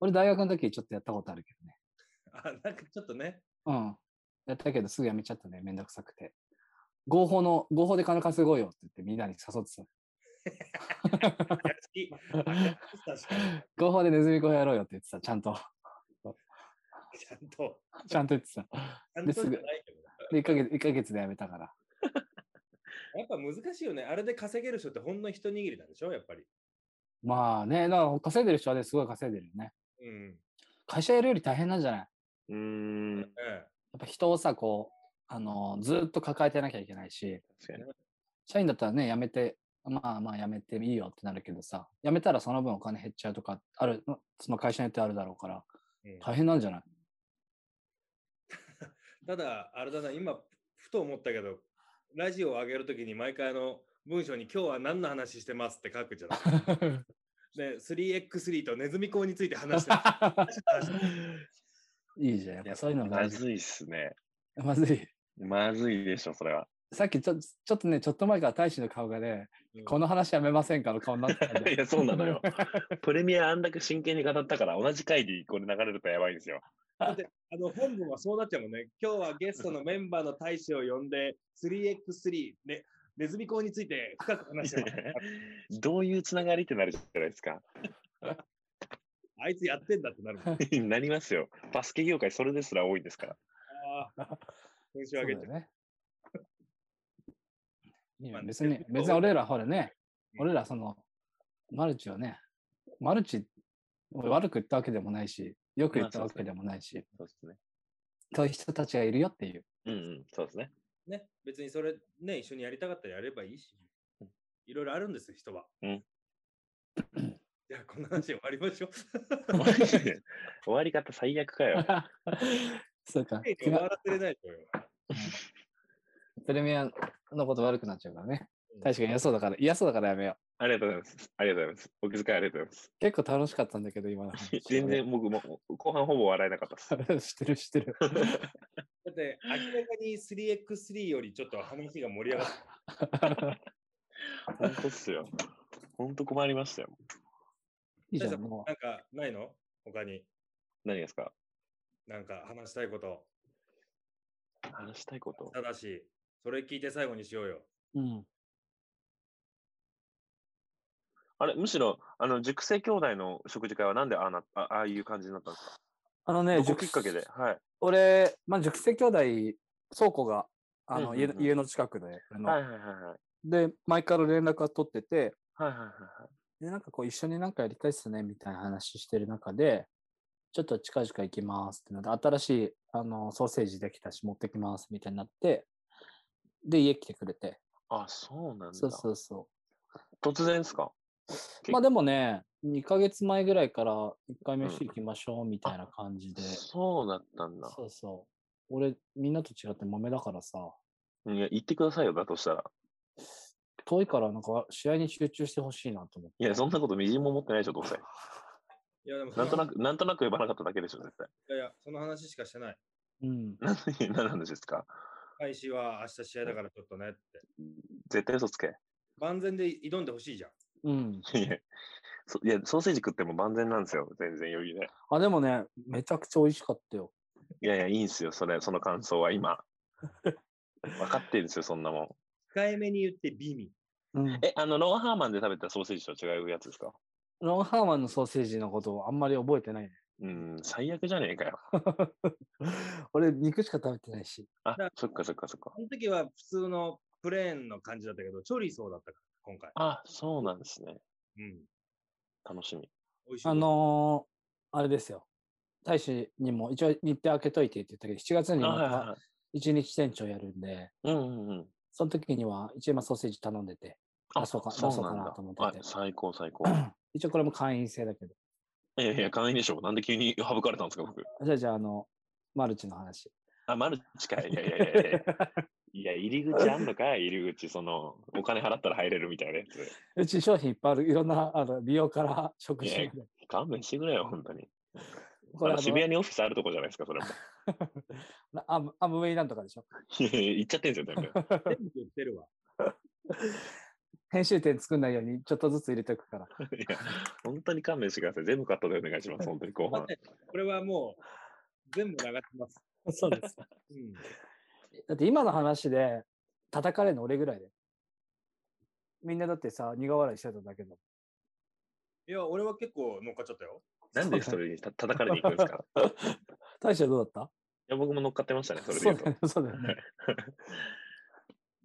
[SPEAKER 3] 俺、大学の時ちょっとやったことあるけどね。
[SPEAKER 2] あ、なんかちょっとね、
[SPEAKER 3] うん。やったけど、すぐやめちゃったね。めんどくさくて。合法の、合法で金稼ごうよって言って、みんなに誘ってた。
[SPEAKER 2] 屋敷 屋敷さんしかない
[SPEAKER 3] 合法でネズミ講やろうよって言ってた、ちゃんと。
[SPEAKER 2] ちゃんと。
[SPEAKER 3] ちゃんと言ってた。
[SPEAKER 2] ちゃんと
[SPEAKER 3] ですぐ
[SPEAKER 2] じゃないけど
[SPEAKER 3] で、1ヶ月、一ヶ月でやめたから。
[SPEAKER 2] やっぱ難しいよね。あれで稼げる人ってほんの一握りなんでしょやっぱり。
[SPEAKER 3] まあね、だから稼いでる人はね、すごい稼いでるよね。
[SPEAKER 2] うん。
[SPEAKER 3] 会社やるより大変なんじゃないや
[SPEAKER 4] うーん、
[SPEAKER 2] え
[SPEAKER 3] っぱ人をさ、こう、あの、ずーっと抱えてなきゃいけないし、
[SPEAKER 4] 確かに。
[SPEAKER 3] 社員だったらね、辞めて、まあまあ辞めていいよってなるけどさ、辞めたらその分お金減っちゃうとか、ある、その会社によってあるだろうから、
[SPEAKER 2] えうん
[SPEAKER 3] 大変なんじゃない
[SPEAKER 2] ただ、あれだな、今、ふと思ったけど、ラジオを上げるときに毎回あの文章に今日は何の話してますって書くじゃ ないで 3x3 とネズミ講について話してます。
[SPEAKER 3] いいじゃん。やっぱそういうのが
[SPEAKER 4] ま
[SPEAKER 3] 大事。
[SPEAKER 4] ずいっすね。
[SPEAKER 3] まずい。
[SPEAKER 4] まずいでしょ、それは。
[SPEAKER 3] さっきちょちょっとね、ちょっと前から大使の顔がね、
[SPEAKER 2] うん
[SPEAKER 3] この話やめませんかの顔になってたんで
[SPEAKER 4] いや、そうなのよ。プレミアあんだけ真剣に語ったから、同じ回でこれ流れるとやばいんです よ。
[SPEAKER 2] だって あの本文はそうなっちゃうもんね。今日はゲストのメンバーの大使を呼んで 3x3、ね、ネズミ講について深く話 してます。
[SPEAKER 4] どういうつながりってなるじゃないですか。
[SPEAKER 2] あいつやってんだって なるもん。
[SPEAKER 4] なりますよ。バスケ業界、それですら多いんですから。
[SPEAKER 2] ああ、編集
[SPEAKER 3] そう
[SPEAKER 2] 上
[SPEAKER 3] だよ
[SPEAKER 2] げちゃう。
[SPEAKER 3] ね。いや
[SPEAKER 2] まあ
[SPEAKER 3] 別に
[SPEAKER 2] ネッ、ト
[SPEAKER 3] 別に俺らほらね、
[SPEAKER 2] うん
[SPEAKER 3] 俺らその、マルチをね、マルチ、悪く言ったわけでもないし、よく言った
[SPEAKER 4] まあ
[SPEAKER 3] わ
[SPEAKER 4] そうそ
[SPEAKER 3] け
[SPEAKER 4] う
[SPEAKER 3] でもないし、
[SPEAKER 4] そうですね。
[SPEAKER 3] そういう人たちがいるよって いう。
[SPEAKER 4] うんうん、そうですね。
[SPEAKER 2] ね、別にそれね、一緒にやりたかったらやればいいし
[SPEAKER 4] うん、
[SPEAKER 2] いろいろあるんですよ、人は。
[SPEAKER 4] うん
[SPEAKER 2] じゃあ、こんな話終わりましょう。
[SPEAKER 4] 終わり方最悪かよ。
[SPEAKER 3] そうか。
[SPEAKER 2] 終わらせれないと思います。
[SPEAKER 3] プレミアのこと悪くなっちゃうからね
[SPEAKER 2] うん。
[SPEAKER 3] 確かに嫌そうだから、嫌そうだからやめよう。
[SPEAKER 4] ありがとうございます。ありがとうございます。お気遣いありがとうございます。
[SPEAKER 3] 結構楽しかったんだけど、今の話。
[SPEAKER 4] 全然僕も後半ほぼ笑えなかったです。
[SPEAKER 3] 俺。 知ってる、知ってる。
[SPEAKER 2] だって、明らかに 3x3 よりちょっと話が盛り上がって、
[SPEAKER 4] 本当っすよ。本当困りましたよ。
[SPEAKER 3] いいじゃ ん、も
[SPEAKER 2] なんかないの他に、
[SPEAKER 4] 何ですか
[SPEAKER 2] なんか話したいこと。
[SPEAKER 4] 話したいこと
[SPEAKER 2] ただし、それ聞いて最後にしようよ。
[SPEAKER 3] う。うん。
[SPEAKER 4] あれ、むしろ、あの、熟成兄弟の食事会はなんでああなあああいう感じになったんですか
[SPEAKER 3] あのね、
[SPEAKER 4] どこきっかけで。はい。
[SPEAKER 3] 俺、まあ、熟成兄弟倉庫があの、
[SPEAKER 4] うんうんうん
[SPEAKER 3] 家の家の近くであの
[SPEAKER 4] はいはいはいはい。
[SPEAKER 3] で前から連絡は取ってて
[SPEAKER 4] はいはいはい
[SPEAKER 3] でなんかこう一緒になんかやりたいっすねみたいな話してる中でちょっと近々行きますってなって新しいあのソーセージできたし持ってきますみたいになってで家来てくれて
[SPEAKER 4] はい。あ、そうなんだ。
[SPEAKER 3] そうそうそ
[SPEAKER 4] 突然ですか
[SPEAKER 3] うまあでもね2ヶ月前ぐらいから1回飯行きましょうみたいな感じで、
[SPEAKER 4] そうだったんだ。
[SPEAKER 3] そうそう俺みんなと違って豆だからさ
[SPEAKER 4] いや、言ってくださいよ、だとしたら。
[SPEAKER 3] 遠いからなんか試合に集中してほしいなと思って。
[SPEAKER 4] いや、そんなことみじんも思ってないでしょ、どうせ。
[SPEAKER 2] いや、でもその
[SPEAKER 4] なんとなく、なんとなく呼ばなかっただけでしょ、絶対。
[SPEAKER 2] いやいや、その話しかしてない。
[SPEAKER 3] うん。
[SPEAKER 4] なんで 何の話ですか
[SPEAKER 2] 開始は明日試合だからちょっとねって。
[SPEAKER 4] 絶対嘘つけ。
[SPEAKER 2] 万全で挑んでほしいじゃん。
[SPEAKER 3] うん。
[SPEAKER 4] いや、そいやソーセージ食っても万全なんですよ、全然余裕で。
[SPEAKER 3] あ、でもね、めちゃくちゃ美味しかったよ。
[SPEAKER 4] いやいや、いいんすよ、それ、その感想 は今。分かってるんですよ、そんなもん。
[SPEAKER 2] 控えめに言って美味。
[SPEAKER 3] うん、
[SPEAKER 4] え、あの、ロンハーマンで食べたソーセージとは違うやつですか
[SPEAKER 3] ロンハーマンのソーセージのことをあんまり覚えてないね。
[SPEAKER 4] うん、最悪じゃねえかよ。
[SPEAKER 3] 俺、肉しか食べてないし。
[SPEAKER 4] あ
[SPEAKER 2] だ、
[SPEAKER 4] そっかそっかそっか。
[SPEAKER 2] その時は普通のプレーンの感じだったけど、チョリソーだったから、今回。
[SPEAKER 4] あ、そうなんですね。
[SPEAKER 2] うん。
[SPEAKER 4] 楽しみ。
[SPEAKER 2] 美味しい。
[SPEAKER 3] あ、のー、あれですよ。大使にも一応日程開けといてって言ったけど、7月に
[SPEAKER 4] あ、はい
[SPEAKER 3] ま
[SPEAKER 4] は
[SPEAKER 3] た1日店長やるんで、
[SPEAKER 4] いはい。うんうんうん。
[SPEAKER 3] その時には一応今ソーセージ頼んでて、 出そうか出そうかなと思ってて
[SPEAKER 4] あ最高 最高。
[SPEAKER 3] 一応これも会員制だけど。
[SPEAKER 4] いやいや、簡易でしょ。なんで急に省かれたんですか、僕。
[SPEAKER 3] じゃあじゃあ、あの、マルチの話。
[SPEAKER 4] あ、マルチかい。いやいやいや いや。いや、入り口あんのかい入り口、その、お金払ったら入れるみたいなやつ。
[SPEAKER 3] うち商品いっぱいある。いろんな、あの、美容から食事
[SPEAKER 4] いや
[SPEAKER 3] まで。
[SPEAKER 4] 勘弁してくれよ、本当に。
[SPEAKER 3] これ
[SPEAKER 4] あ
[SPEAKER 3] あ
[SPEAKER 4] の
[SPEAKER 3] の
[SPEAKER 4] 渋谷にオフィスあるとこじゃないですか、それも。
[SPEAKER 3] なアムアムウェイなんとかでしょ。
[SPEAKER 4] いやいや、言っちゃってんす よ、全部。
[SPEAKER 2] 全部言ってるわ。
[SPEAKER 3] 編集点作んないようにちょっとずつ入れておくから。
[SPEAKER 4] いや、本当に勘弁してください。全部カットでお願いします、本当に 後半。
[SPEAKER 2] これはもう、全部流します。
[SPEAKER 3] そう です。
[SPEAKER 2] うん。
[SPEAKER 3] だって今の話で叩かれるの俺ぐらいで。みんなだってさ、苦笑いしてたんだけど。
[SPEAKER 2] いや、俺は結構乗っかっちゃったよ。
[SPEAKER 4] なんでそれにた叩かれに行くんですかい
[SPEAKER 3] 大将どうだった
[SPEAKER 4] や、僕も乗っかってましたね、それで言う
[SPEAKER 3] そうだよねそうだよね。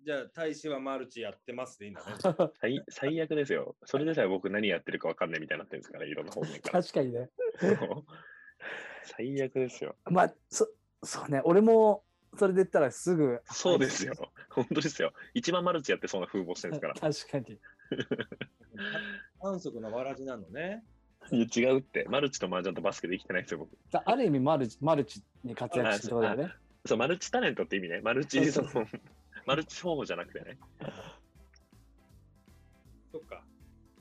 [SPEAKER 2] じゃあ、大使はマルチやってますでいいんだね。
[SPEAKER 4] と。最最悪ですよ。それでさえ僕何やってるかわかんないみたいになってるんです から、いろんな方面から。
[SPEAKER 3] 確かにね。
[SPEAKER 4] 最悪ですよ。
[SPEAKER 3] まあ、そ、そうね。俺も、それで言ったらすぐ。
[SPEAKER 4] そうですよ。。本当ですよ。一番マルチやってそうな風貌してるんですから。
[SPEAKER 3] 確かに。
[SPEAKER 2] 反則のわらじなのね。
[SPEAKER 4] いや違うって。マルチと麻雀とバスケできてないですよ、僕。
[SPEAKER 3] だある意味マルチ、マルチに活躍してるってことだよね。
[SPEAKER 4] そう、マルチタレントって意味ね。マルチ、
[SPEAKER 3] そ
[SPEAKER 4] そうの、マルチ方法じゃなくてね。
[SPEAKER 2] そっか。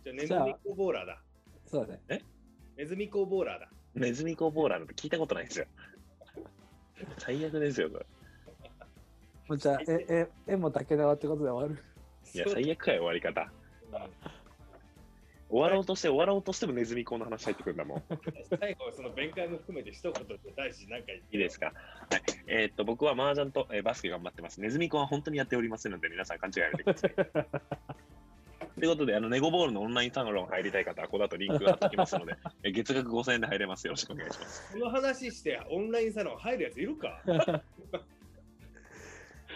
[SPEAKER 2] じゃあ、ネ
[SPEAKER 3] じ
[SPEAKER 2] ズ
[SPEAKER 3] ゃあ
[SPEAKER 2] ミコボーラーだ。
[SPEAKER 3] そうだね。
[SPEAKER 2] ネズミコボーラーだ。
[SPEAKER 4] ネズミコボーラーなんて聞いたことないですよ。最悪ですよ、これ。
[SPEAKER 3] もうじゃあ、え、え、えも竹縄ってことで 終わる。
[SPEAKER 4] いや、最悪かよ、終わり方。終わろうとして、終わろうとしてもネズミコの話入ってくるんだもん。
[SPEAKER 2] そう最後、その弁解も含めて一言で大使なんか言って
[SPEAKER 4] いいですか。はいえーっと、僕は麻雀と、えーバスケ頑張ってます。ネズミコは本当にやっておりませんので、皆さん勘違いやめてください。ということで、あの、ネゴボールのオンラインサロン入りたい方は、この後リンクが貼ってきますので、えー月額5000円で入れます。よろしくお願いします。
[SPEAKER 2] この話してオンラインサロン入るやついるか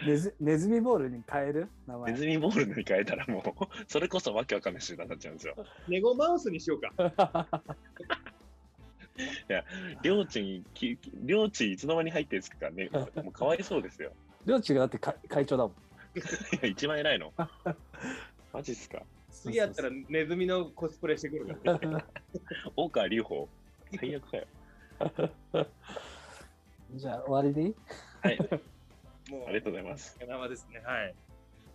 [SPEAKER 3] ネズネズミボールに変える名
[SPEAKER 4] ネ
[SPEAKER 3] 前。
[SPEAKER 4] ズミボールに変えたらもう、 それこそわけわかんない集団になっちゃうんですよ。
[SPEAKER 2] ネゴマウスにしようか。
[SPEAKER 4] りょうちん、ききりょうちんいつの間に入ってるんですかね。もうかわいそうですよ。
[SPEAKER 3] りょうちがだってか会長だもん。
[SPEAKER 4] いや一番偉いの。マジっすか。
[SPEAKER 2] 次やったらネズミのコスプレしてくるから、ね。
[SPEAKER 4] 大川隆法。最悪かよ。
[SPEAKER 3] じゃあ終わりでいい
[SPEAKER 4] はい。
[SPEAKER 2] もう、
[SPEAKER 4] ありがとうございます。
[SPEAKER 2] 生ですね。はい。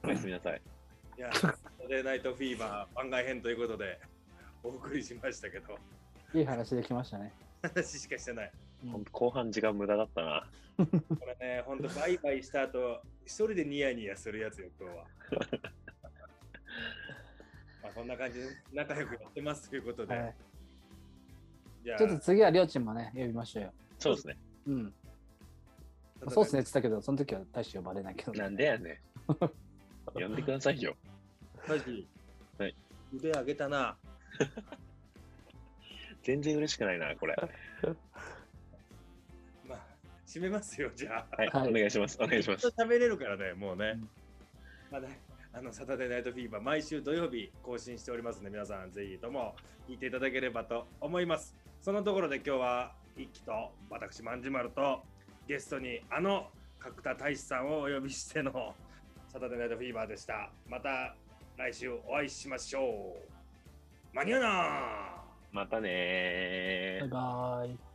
[SPEAKER 4] おやすみなさい。
[SPEAKER 2] いや、サタデーナイトフィーバー番外編ということで、お送りしましたけど、
[SPEAKER 3] いい話できましたね。
[SPEAKER 2] 話しかしてない。
[SPEAKER 4] ほんと後半時間無駄だったな。
[SPEAKER 2] これね、ほんとバイバイした後、一人でニヤニヤするやつよ、今 日は。まあ、こんな感じで仲良くやってますということで、
[SPEAKER 3] はい、
[SPEAKER 2] じゃあ
[SPEAKER 3] ちょっと次はりょうちんもね、呼びましょうよ。
[SPEAKER 4] そうですね。
[SPEAKER 3] うん。そうですねって言ってたけど、その時は大して呼ばれないけどね。
[SPEAKER 4] なんでやねん。呼んでくださいよ。
[SPEAKER 2] マジ
[SPEAKER 4] はい
[SPEAKER 2] 腕上げたな。
[SPEAKER 4] 全然嬉しくないな、これ。
[SPEAKER 2] まあ、締めますよ、じゃあ。
[SPEAKER 4] はい。
[SPEAKER 3] はい
[SPEAKER 4] お願いします。お願いします
[SPEAKER 2] ずっ。と喋れるからね、もうね。まあねあのサタデーナイトフィーバー毎週土曜日更新しておりますので皆さんぜひとも聞いていただければと思います。そのところで今日は一輝と私まんじまるとゲストにあの角田大志さんをお呼びしてのサタデーナイトフィーバーでした。また来週お会いしましょう。間に合うな
[SPEAKER 4] またねー
[SPEAKER 3] バイバーイ。